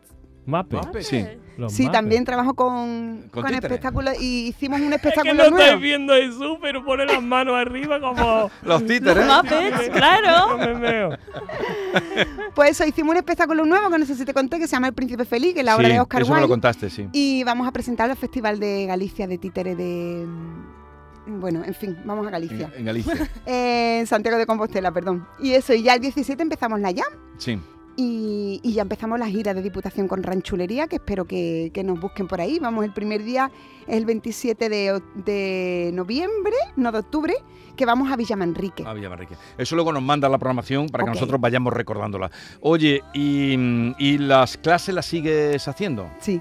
[SPEAKER 6] Mape.
[SPEAKER 2] Sí.
[SPEAKER 14] Sí, también trabajo con,
[SPEAKER 6] Con
[SPEAKER 14] con,
[SPEAKER 6] títeres.
[SPEAKER 14] espectáculos y hicimos un
[SPEAKER 6] Es que
[SPEAKER 14] espectáculo
[SPEAKER 6] no estáis
[SPEAKER 14] nuevo.
[SPEAKER 6] viendo a Jesús, pero pone las manos arriba como...
[SPEAKER 2] Los títeres.
[SPEAKER 6] Los
[SPEAKER 14] Muppets, claro.
[SPEAKER 6] Me meo.
[SPEAKER 14] Pues eso, hicimos un espectáculo nuevo que no sé si te conté, que se llama El Príncipe Feliz, que es la obra
[SPEAKER 2] Sí,
[SPEAKER 14] de Oscar
[SPEAKER 2] eso me lo
[SPEAKER 14] Wilde.
[SPEAKER 2] contaste, sí.
[SPEAKER 14] Y vamos a presentarlo al Festival de Galicia de Títeres de... mm, Bueno, en fin, vamos a Galicia.
[SPEAKER 2] En- en Galicia.
[SPEAKER 14] Eh, en Santiago de Compostela, perdón. Y eso, y ya el 17 empezamos la Jam.
[SPEAKER 2] Sí.
[SPEAKER 14] Y, y ya empezamos la gira de Diputación con Ranchulería, que espero que, que nos busquen por ahí. Vamos el primer día, el 27 de, o- de noviembre, no de octubre, que vamos a Villamanrique.
[SPEAKER 2] Ah, Villamarrique. Eso luego nos manda la programación para que
[SPEAKER 14] Ok.
[SPEAKER 2] nosotros vayamos recordándola. Oye, y, mm, ¿y las clases las sigues haciendo?
[SPEAKER 14] Sí.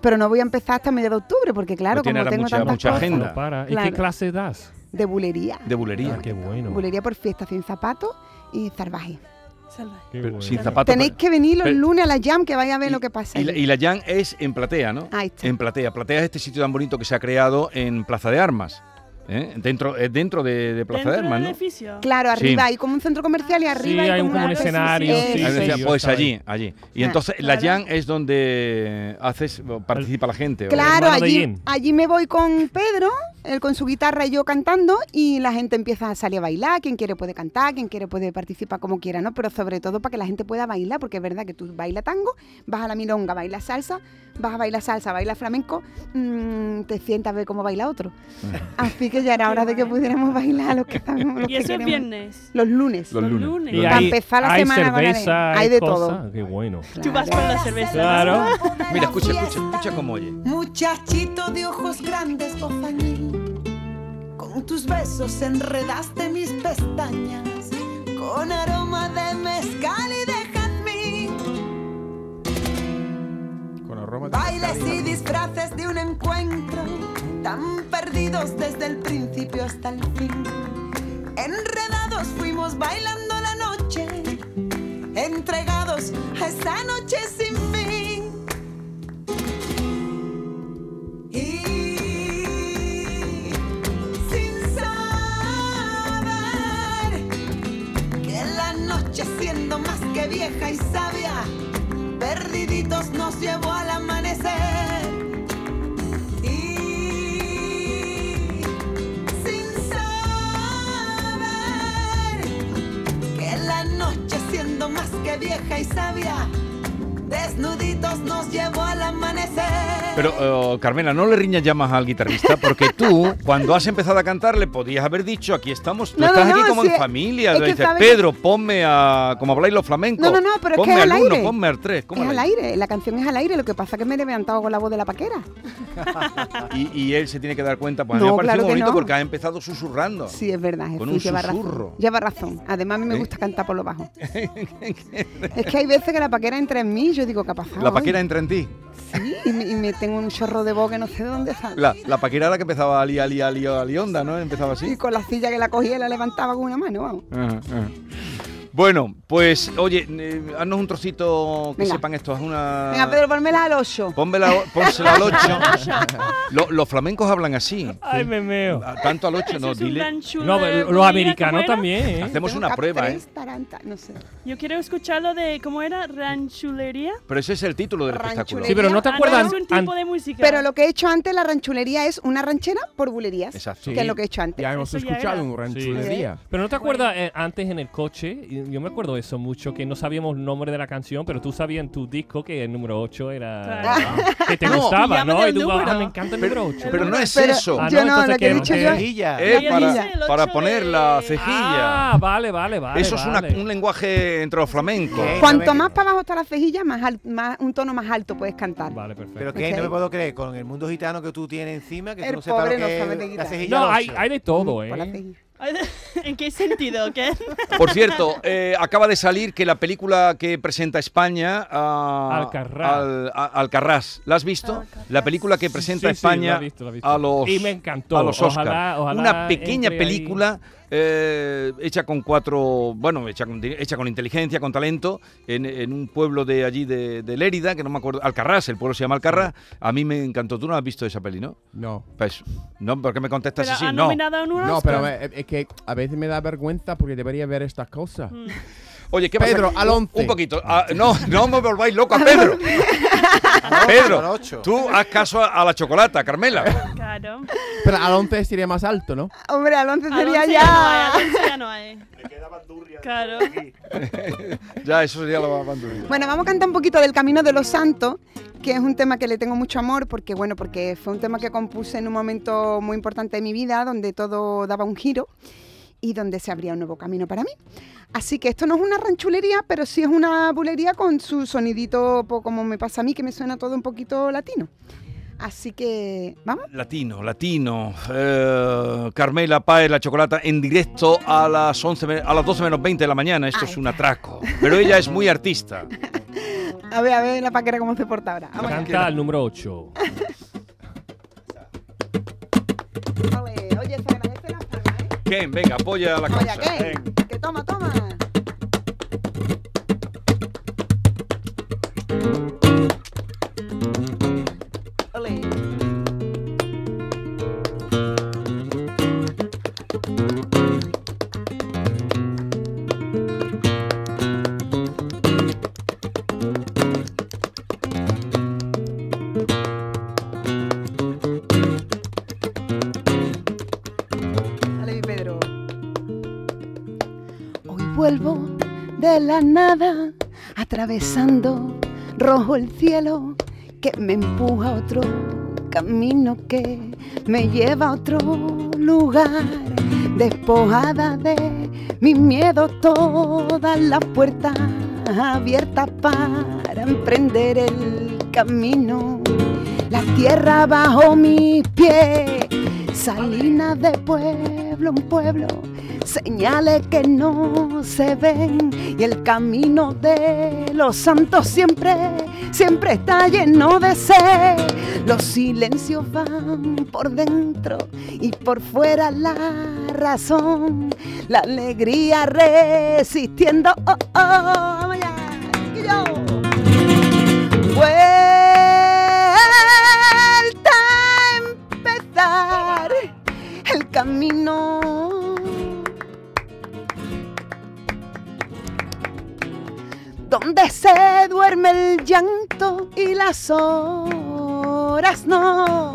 [SPEAKER 14] Pero no voy a empezar hasta medio de octubre, porque claro,
[SPEAKER 2] Pues tiene
[SPEAKER 14] como
[SPEAKER 2] ahora
[SPEAKER 14] tengo
[SPEAKER 2] mucha-
[SPEAKER 14] tantas
[SPEAKER 2] mucha
[SPEAKER 14] cosas-
[SPEAKER 2] agenda. No
[SPEAKER 6] para. ¿Y
[SPEAKER 14] Claro.
[SPEAKER 6] qué clase das?
[SPEAKER 14] De bulería.
[SPEAKER 2] De bulería.
[SPEAKER 6] Ah, qué bueno.
[SPEAKER 14] Bulería por fiesta sin zapatos y zarbaje.
[SPEAKER 6] Qué
[SPEAKER 2] Pero
[SPEAKER 6] bueno.
[SPEAKER 2] sin zapatos.
[SPEAKER 14] Tenéis que venir los
[SPEAKER 2] Pero-
[SPEAKER 14] lunes a la jam, que vaya a ver lo que pasa.
[SPEAKER 2] Y la,
[SPEAKER 14] allí.
[SPEAKER 2] y la Jan es en Platea, ¿no?
[SPEAKER 14] Ahí está.
[SPEAKER 2] En Platea. Platea es este sitio tan bonito que se ha creado en Plaza de Armas. ¿eh? Dentro, es dentro de, de Plaza de Armas, ¿no?
[SPEAKER 14] Claro,
[SPEAKER 2] Sí.
[SPEAKER 14] arriba hay como un centro comercial y arriba
[SPEAKER 6] hay un-
[SPEAKER 14] como
[SPEAKER 6] como un
[SPEAKER 14] una cosa
[SPEAKER 6] escenario,
[SPEAKER 14] así.
[SPEAKER 6] sí,
[SPEAKER 2] Ahí
[SPEAKER 14] Eso
[SPEAKER 2] decía,
[SPEAKER 14] es.
[SPEAKER 2] pues
[SPEAKER 6] estaba
[SPEAKER 2] allí, allí. Y
[SPEAKER 14] Ah,
[SPEAKER 2] entonces la Jan es donde haces participa la gente. ¿o?
[SPEAKER 14] Claro, allí, allí me voy con Pedro, él con su guitarra y yo cantando, y la gente empieza a salir a bailar, quien quiere puede cantar, quien quiere puede participar como quiera, ¿no? Pero sobre todo para que la gente pueda bailar, porque es verdad que tú bailas tango, vas a la milonga, bailas salsa, vas a bailar salsa, bailas flamenco, mm, te sientas a ver cómo baila otro. Así que ya era hora de que pudiéramos bailar los que sabemos los
[SPEAKER 5] Y
[SPEAKER 14] que
[SPEAKER 5] eso es
[SPEAKER 14] queremos.
[SPEAKER 5] viernes.
[SPEAKER 14] Los lunes.
[SPEAKER 5] Los Los lunes. lunes. Y
[SPEAKER 14] Para
[SPEAKER 5] hay-
[SPEAKER 14] empezar la
[SPEAKER 5] hay
[SPEAKER 14] semana con
[SPEAKER 5] cerveza,
[SPEAKER 14] alegría.
[SPEAKER 5] hay
[SPEAKER 14] Hay de
[SPEAKER 5] cosas.
[SPEAKER 14] todo.
[SPEAKER 6] Qué bueno.
[SPEAKER 5] Tú vas con la cerveza.
[SPEAKER 6] Claro.
[SPEAKER 2] Mira, escucha, escucha, escucha cómo oye.
[SPEAKER 15] Muchachito de ojos grandes, bofanil, con tus besos enredaste mis pestañas, con aroma de mezcal y de jazmín,
[SPEAKER 4] Con aroma de
[SPEAKER 15] bailes
[SPEAKER 4] pescado.
[SPEAKER 15] y disfraces de un encuentro, tan perdidos desde el principio hasta el fin. Enredados fuimos bailando la noche, entregados a esa noche sin fin. Y sin saber que la noche siendo más que vieja y sabia, perdiditos nos llevó al amanecer. Y sin saber que la noche siendo más que vieja y sabia, desnuditos nos llevó al amanecer.
[SPEAKER 2] Pero, eh, Carmela, no le riñas ya más al guitarrista, porque tú, cuando has empezado a cantar, le podías haber dicho, aquí estamos, tú
[SPEAKER 14] No, no,
[SPEAKER 2] estás aquí
[SPEAKER 14] no,
[SPEAKER 2] como
[SPEAKER 14] si
[SPEAKER 2] en
[SPEAKER 14] es-
[SPEAKER 2] familia.
[SPEAKER 14] es
[SPEAKER 2] le
[SPEAKER 14] que
[SPEAKER 2] dices,
[SPEAKER 14] sabe que-
[SPEAKER 2] Pedro, ponme a... como habláis los flamencos.
[SPEAKER 14] No, no, no, pero es que
[SPEAKER 2] ponme
[SPEAKER 14] es
[SPEAKER 2] al
[SPEAKER 14] al
[SPEAKER 2] uno,
[SPEAKER 14] aire.
[SPEAKER 2] ponme al tres. ¿cómo
[SPEAKER 14] Es
[SPEAKER 2] le
[SPEAKER 14] al
[SPEAKER 2] dices?
[SPEAKER 14] aire, la canción es al aire, lo que pasa es que me he levantado con la voz de la paquera.
[SPEAKER 2] Y, y él se tiene que dar cuenta, pues a mí
[SPEAKER 14] No,
[SPEAKER 2] me parece
[SPEAKER 14] claro que
[SPEAKER 2] bonito
[SPEAKER 14] no.
[SPEAKER 2] porque ha empezado susurrando.
[SPEAKER 14] Sí, es verdad, Jesús,
[SPEAKER 2] Con un
[SPEAKER 14] lleva
[SPEAKER 2] susurro.
[SPEAKER 14] razón. Lleva razón. Además, a mí me
[SPEAKER 2] ¿Eh?
[SPEAKER 14] gusta cantar por lo bajo. es que hay veces que la paquera entra en mí y yo digo, ¿qué ha pasado
[SPEAKER 2] La
[SPEAKER 14] hoy?
[SPEAKER 2] paquera entra en ti.
[SPEAKER 14] Sí, y me, y me tengo un chorro de voz que no sé de dónde sale.
[SPEAKER 2] La, la paquera era la que empezaba a liar, liar, liar, lionda, ¿no? Empezaba así.
[SPEAKER 14] Y con la silla que la cogía la levantaba con una mano, vamos.
[SPEAKER 2] Ajá, ajá. Bueno, pues, oye, eh, haznos un trocito que
[SPEAKER 14] Venga.
[SPEAKER 2] sepan esto. Es una...
[SPEAKER 14] Venga, Pedro, ponmela al 8.
[SPEAKER 2] Ah. Pónmela, pónsela al 8. los flamencos hablan así.
[SPEAKER 6] Ay, me meo.
[SPEAKER 2] Ah, Tanto al 8, no, dile.
[SPEAKER 6] No, pero los americanos también. ¿eh?
[SPEAKER 2] Hacemos una prueba, ¿eh?
[SPEAKER 14] no sé.
[SPEAKER 5] Yo quiero escuchar lo de, ¿cómo era? Ranchulería.
[SPEAKER 2] Pero ese es el título del espectáculo.
[SPEAKER 5] Ranchulería. Sí, pero no te Ah, no, acuerdas- es un tipo
[SPEAKER 6] an-
[SPEAKER 5] de música.
[SPEAKER 14] Pero lo que he hecho antes, la ranchulería es una ranchera por bulerías.
[SPEAKER 2] Exacto.
[SPEAKER 14] Que es lo que he hecho antes.
[SPEAKER 4] Ya hemos escuchado un ranchulería.
[SPEAKER 6] Pero no te acuerdas eh, antes en el coche, y yo me acuerdo eso mucho, que no sabíamos el nombre de la canción, pero tú sabías en tu disco que el número 8 era... Que te
[SPEAKER 2] No.
[SPEAKER 6] gustaba,
[SPEAKER 2] Llama
[SPEAKER 6] ¿no? Y
[SPEAKER 2] del
[SPEAKER 6] tú,
[SPEAKER 2] número.
[SPEAKER 6] ah, me encanta el
[SPEAKER 2] Pero-
[SPEAKER 6] número 8.
[SPEAKER 2] pero no es Pero eso.
[SPEAKER 6] Ah,
[SPEAKER 2] yo no,
[SPEAKER 6] entonces
[SPEAKER 2] lo que he dicho yo- La
[SPEAKER 6] es
[SPEAKER 2] Es para- guirilla. para poner la cejilla.
[SPEAKER 6] Ah, vale, vale, vale.
[SPEAKER 2] Eso es una-
[SPEAKER 6] vale.
[SPEAKER 2] un lenguaje entre los flamencos.
[SPEAKER 14] Cuanto más para abajo está la cejilla, más, al- más un tono más alto puedes cantar.
[SPEAKER 6] Vale, perfecto.
[SPEAKER 3] Pero que no me puedo creer, con el mundo gitano que tú tienes encima, que
[SPEAKER 14] El
[SPEAKER 3] tú no sepas lo
[SPEAKER 14] pobre
[SPEAKER 3] que
[SPEAKER 14] no sabe
[SPEAKER 3] es
[SPEAKER 14] de
[SPEAKER 3] la
[SPEAKER 14] guitarra.
[SPEAKER 3] cejilla
[SPEAKER 6] No,
[SPEAKER 3] al
[SPEAKER 6] hay,
[SPEAKER 3] ocho.
[SPEAKER 6] hay de todo, ¿eh?
[SPEAKER 5] ¿En qué sentido? ¿Qué?
[SPEAKER 2] Por cierto, eh, acaba de salir que la película que presenta España a
[SPEAKER 6] Alcarrás.
[SPEAKER 2] al- a- Alcarrás. ¿La has visto? La película que presenta
[SPEAKER 6] sí, sí,
[SPEAKER 2] España
[SPEAKER 6] la he visto, la he visto.
[SPEAKER 2] a los
[SPEAKER 6] Y me encantó.
[SPEAKER 2] a los Oscar.
[SPEAKER 6] Ojalá- ojalá
[SPEAKER 2] Una pequeña
[SPEAKER 6] entre ahí.
[SPEAKER 2] película eh, hecha con cuatro, bueno, hecha con, di- hecha con inteligencia, con talento, en, en un pueblo de allí de, de Lérida, que no me acuerdo, Alcarrás, el pueblo se llama Alcarrás. A mí me encantó. ¿Tú no has visto esa peli, no?
[SPEAKER 4] No.
[SPEAKER 2] Pues, no, ¿por qué me contestas así?
[SPEAKER 4] ¿ha
[SPEAKER 2] No.
[SPEAKER 4] nominado a un No, Oscar? pero me- eh, es que a veces me da vergüenza porque debería ver estas cosas.
[SPEAKER 2] Oye, ¿qué
[SPEAKER 4] Pedro,
[SPEAKER 2] pasa?
[SPEAKER 4] al
[SPEAKER 2] Un-
[SPEAKER 4] once.
[SPEAKER 2] Un poquito. Ah, no, no me volváis loco a Pedro.
[SPEAKER 4] al
[SPEAKER 2] Pedro,
[SPEAKER 4] ocho.
[SPEAKER 2] tú haz caso a, a la chocolata, Carmela.
[SPEAKER 5] Claro.
[SPEAKER 4] Pero al 11 sería más alto, ¿no?
[SPEAKER 14] Hombre, Alonso sería
[SPEAKER 5] Alonso
[SPEAKER 14] ya.
[SPEAKER 5] Ya no hay, Alonso ya no hay. Me quedaba durria. Claro.
[SPEAKER 2] ya, eso sería lo más bandurrido.
[SPEAKER 14] Bueno, vamos a cantar un poquito del Camino de los Santos, que es un tema que le tengo mucho amor porque bueno, porque fue un tema que compuse en un momento muy importante de mi vida donde todo daba un giro y donde se abría un nuevo camino para mí. Así que esto no es una ranchulería, pero sí es una bulería con su sonidito po- como me pasa a mí que me suena todo un poquito latino. Así que vamos.
[SPEAKER 2] Latino, latino. Eh, Carmela Páez, la chocolata, en directo a las, 11, me- a las 12 menos 20 de la mañana. Esto es un atraco. Pero ella es muy artista.
[SPEAKER 14] A ver, a ver la paquera cómo se porta ahora. Vamos allá.
[SPEAKER 6] Canta el número 8.
[SPEAKER 2] Ken, venga, apoya la
[SPEAKER 14] Oye,
[SPEAKER 2] causa.
[SPEAKER 14] ¿qué?
[SPEAKER 2] Ven.
[SPEAKER 14] Que toma, toma. Dale, mi Pedro.
[SPEAKER 15] vuelvo de la nada, atravesando rojo el cielo que me empuja a otro camino que me lleva a otro lugar. Despojada de mis miedos, todas las puertas abiertas para emprender el camino. La tierra bajo mis pies, salinas de pueblo en pueblo, señales que no se ven y el camino de los santos siempre, siempre está lleno de sed. Los silencios van por dentro y por fuera la razón, la alegría resistiendo. Oh, oh, vamos allá, chiquillo. Vuelta a empezar el camino donde se duerme el llanto y las horas no.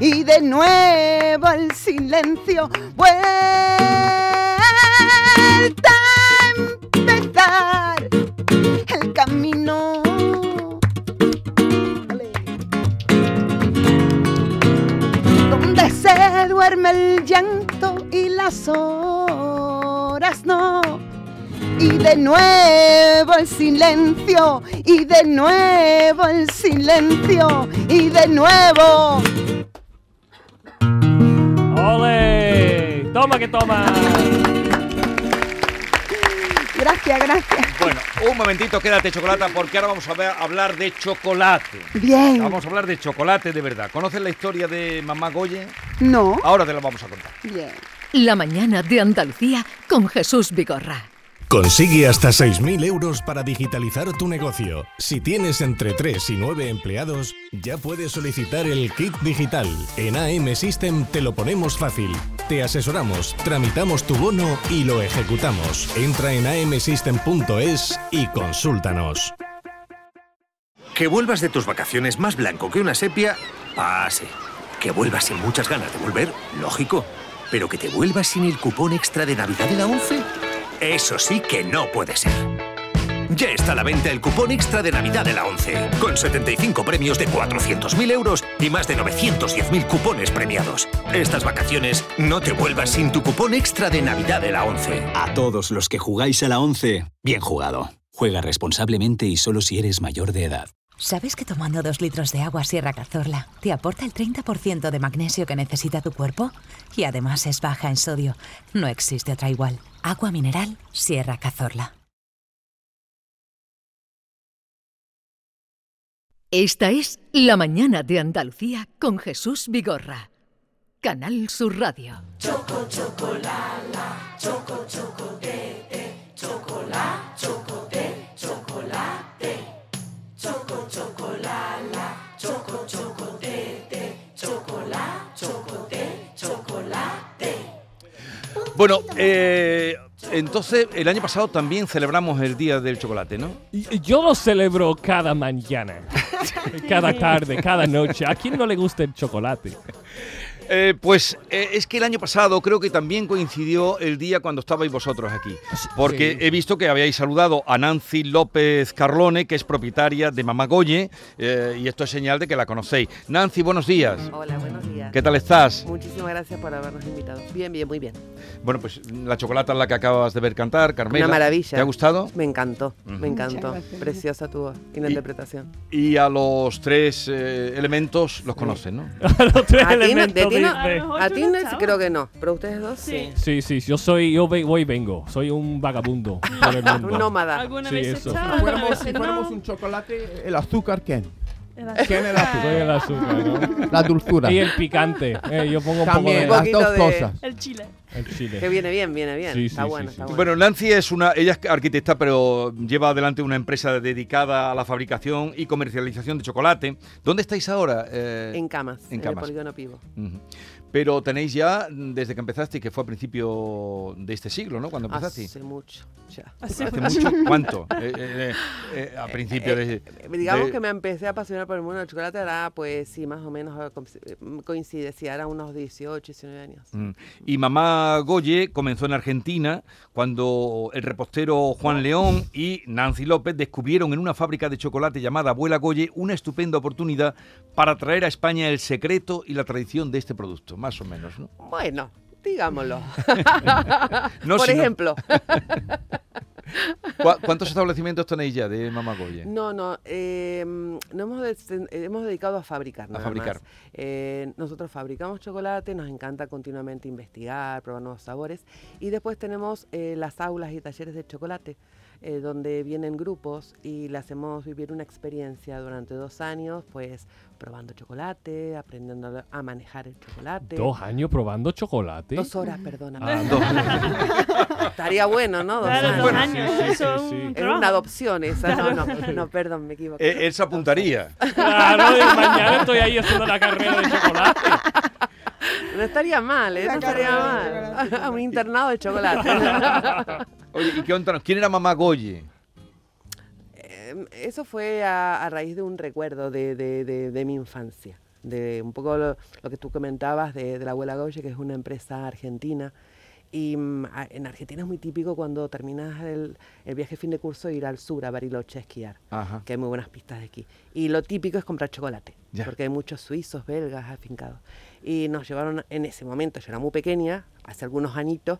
[SPEAKER 15] Y de nuevo el silencio vuelta a empezar el camino. Donde se duerme el llanto y las horas no. Y de nuevo el silencio, y de nuevo el silencio, y de nuevo.
[SPEAKER 6] ¡Ole! ¡Toma que toma!
[SPEAKER 14] Gracias, gracias.
[SPEAKER 2] Bueno, un momentito, quédate chocolata, porque ahora vamos a ver- hablar de chocolate.
[SPEAKER 14] Bien.
[SPEAKER 2] Vamos a hablar de chocolate de verdad. ¿Conoces la historia de Mamá Goye?
[SPEAKER 14] No.
[SPEAKER 1] ¿Oh?
[SPEAKER 2] Ahora te la vamos a contar.
[SPEAKER 1] La mañana de Andalucía con Jesús Vigorra.
[SPEAKER 16] Consigue hasta 6.000 euros para digitalizar tu negocio. Si tienes entre 3 y 9 empleados, ya puedes solicitar el kit digital. En AM System te lo ponemos fácil. Te asesoramos, tramitamos tu bono y lo ejecutamos. Entra en amsystem.es y consúltanos.
[SPEAKER 11] Que vuelvas de tus vacaciones más blanco que una sepia, pase. Que vuelvas sin muchas ganas de volver, lógico. Pero que te vuelvas sin el cupón extra de Navidad de la 11, Eso sí que no puede ser. Ya está a la venta el cupón extra de Navidad de la 11, con 75 premios de 400.000 euros y más de 910.000 cupones premiados. Estas vacaciones no te vuelvas sin tu cupón extra de Navidad de la 11.
[SPEAKER 17] A todos los que jugáis a la 11, bien jugado. Juega responsablemente y solo si eres mayor de edad.
[SPEAKER 8] ¿Sabes que tomando dos litros de agua Sierra Cazorla te aporta el 30% de magnesio que necesita tu cuerpo? Y además es baja en sodio. No existe otra igual. Agua mineral Sierra Cazorla.
[SPEAKER 1] Esta es La Mañana de Andalucía con Jesús Vigorra. Canal Sur Radio.
[SPEAKER 12] Choco, chocolala, choco, chocolate, chocolate, chocolate, chocolate. Choco, chocolala, choco, chocolate, chocolate, chocolate, chocolate.
[SPEAKER 2] Bueno, eh, entonces el año pasado también celebramos el Día del Chocolate, ¿no?
[SPEAKER 6] Y- Yo lo celebro cada mañana, cada tarde, cada noche. ¿A quién no le gusta el chocolate?
[SPEAKER 2] Eh, pues eh, es que el año pasado creo que también coincidió el día cuando estabais vosotros aquí, porque
[SPEAKER 6] Sí.
[SPEAKER 2] he visto que habíais saludado a Nancy López Carlone, que es propietaria de Mamagoye, eh, y esto es señal de que la conocéis. Nancy, buenos días.
[SPEAKER 18] Hola, buenos días.
[SPEAKER 2] ¿Qué tal estás?
[SPEAKER 18] Muchísimas gracias por habernos invitado. Bien, bien, muy bien.
[SPEAKER 2] Bueno, pues la chocolata es la que acabas de ver cantar, Carmela.
[SPEAKER 18] Una maravilla.
[SPEAKER 2] ¿Te ha gustado?
[SPEAKER 18] Me encantó, me
[SPEAKER 2] Muchas
[SPEAKER 18] encantó.
[SPEAKER 2] gracias.
[SPEAKER 18] Preciosa tu voz y la interpretación.
[SPEAKER 2] Y a los tres eh, elementos los conocen, ¿no?
[SPEAKER 18] a ti no, de
[SPEAKER 6] elementos
[SPEAKER 18] ti no-
[SPEAKER 6] de- de- A lo mejor
[SPEAKER 18] a
[SPEAKER 6] yo
[SPEAKER 18] ti
[SPEAKER 6] no
[SPEAKER 18] no-
[SPEAKER 6] estaba.
[SPEAKER 18] creo que no, pero ustedes dos sí.
[SPEAKER 6] Sí, sí, yo soy, yo ve- voy y vengo. Soy un vagabundo por el mundo.
[SPEAKER 18] Un nómada.
[SPEAKER 6] Sí, eso.
[SPEAKER 4] Si fuéramos, si fuéramos un chocolate, eh, el azúcar, ¿quién? ¿Quién el azúcar?
[SPEAKER 6] Soy el azúcar, ¿no?
[SPEAKER 4] La dulzura.
[SPEAKER 6] Y el picante. Eh, yo pongo un
[SPEAKER 4] También,
[SPEAKER 6] poco
[SPEAKER 4] las
[SPEAKER 6] de...
[SPEAKER 4] dos cosas.
[SPEAKER 18] El chile.
[SPEAKER 6] El chile.
[SPEAKER 18] Que viene bien, viene bien.
[SPEAKER 6] Sí,
[SPEAKER 18] está
[SPEAKER 6] sí,
[SPEAKER 18] bueno, está bueno.
[SPEAKER 2] Bueno, Nancy es una, ella es arquitecta, pero lleva adelante una empresa dedicada a la fabricación y comercialización de chocolate. ¿Dónde estáis ahora? Eh,
[SPEAKER 18] En camas.
[SPEAKER 2] En
[SPEAKER 18] el
[SPEAKER 2] camas.
[SPEAKER 18] polígono Pivo.
[SPEAKER 2] Ujú. Pero tenéis ya, mm, desde que empezaste, que fue a principio de este siglo, ¿no? Cuando empezaste.
[SPEAKER 18] Hace mucho. Ya.
[SPEAKER 2] Hace Hace mucho. mucho. ¿Cuánto? Eh, eh, eh, eh, a principio de-
[SPEAKER 18] eh, digamos
[SPEAKER 2] de-
[SPEAKER 18] que me empecé a apasionar por el mundo del chocolate, era pues sí, más o menos eh, coinc- coincide, sí, era unos 18, 19 años.
[SPEAKER 2] Mm. Y Mamá Goye comenzó en Argentina cuando el repostero Juan León y Nancy López descubrieron en una fábrica de chocolate llamada Abuela Goye una estupenda oportunidad para traer a España el secreto y la tradición de este producto, más o menos, ¿no?
[SPEAKER 18] Bueno, digámoslo.
[SPEAKER 2] No,
[SPEAKER 18] Ah, por
[SPEAKER 2] si no-
[SPEAKER 18] ejemplo.
[SPEAKER 2] ¿Cuá- ¿Cuántos establecimientos tenéis ya de Mamá Goye?
[SPEAKER 18] No, no, eh, no hemos, des- hemos dedicado a fabricar. nada más.
[SPEAKER 2] fabricar.
[SPEAKER 18] Eh, nosotros fabricamos chocolate, nos encanta continuamente investigar, probar nuevos sabores y después tenemos eh, las aulas y talleres de chocolate. eh, donde vienen grupos y le hacemos vivir una experiencia durante dos años, pues probando chocolate, aprendiendo a manejar el chocolate.
[SPEAKER 6] Dos años probando chocolate.
[SPEAKER 18] Dos horas, perdóname.
[SPEAKER 6] Ah,
[SPEAKER 18] Estaría bueno, ¿no? Dos
[SPEAKER 6] Claro,
[SPEAKER 18] años.
[SPEAKER 6] dos años, Sí, sí, eso es sí, un sí.
[SPEAKER 18] Era
[SPEAKER 6] trabajo.
[SPEAKER 18] una adopción esa. No, no,
[SPEAKER 6] Claro.
[SPEAKER 18] no, perdón, me equivoqué.
[SPEAKER 2] Eh, él se apuntaría.
[SPEAKER 6] Claro, y mañana estoy ahí haciendo la carrera de chocolate.
[SPEAKER 18] No estaría mal, ¿eh?
[SPEAKER 12] La
[SPEAKER 18] No estaría mal. Un internado de chocolate.
[SPEAKER 2] Oye, ¿y qué onda? ¿Quién era Mamá Goye?
[SPEAKER 18] Em, Eso fue a, a raíz de un recuerdo de, de- de- de mi infancia, de un poco lo, lo que tú comentabas de, de la abuela Gauche, que es una empresa argentina. Y mm, a- en Argentina es muy típico cuando terminas el, el viaje fin de curso ir al sur, a Bariloche, a esquiar,
[SPEAKER 2] Ajá.
[SPEAKER 18] que hay muy buenas pistas de esquí. Y lo típico es comprar chocolate,
[SPEAKER 2] Ya.
[SPEAKER 18] porque hay muchos suizos, belgas, afincados. Y nos llevaron, en ese momento, yo era muy pequeña, hace algunos añitos,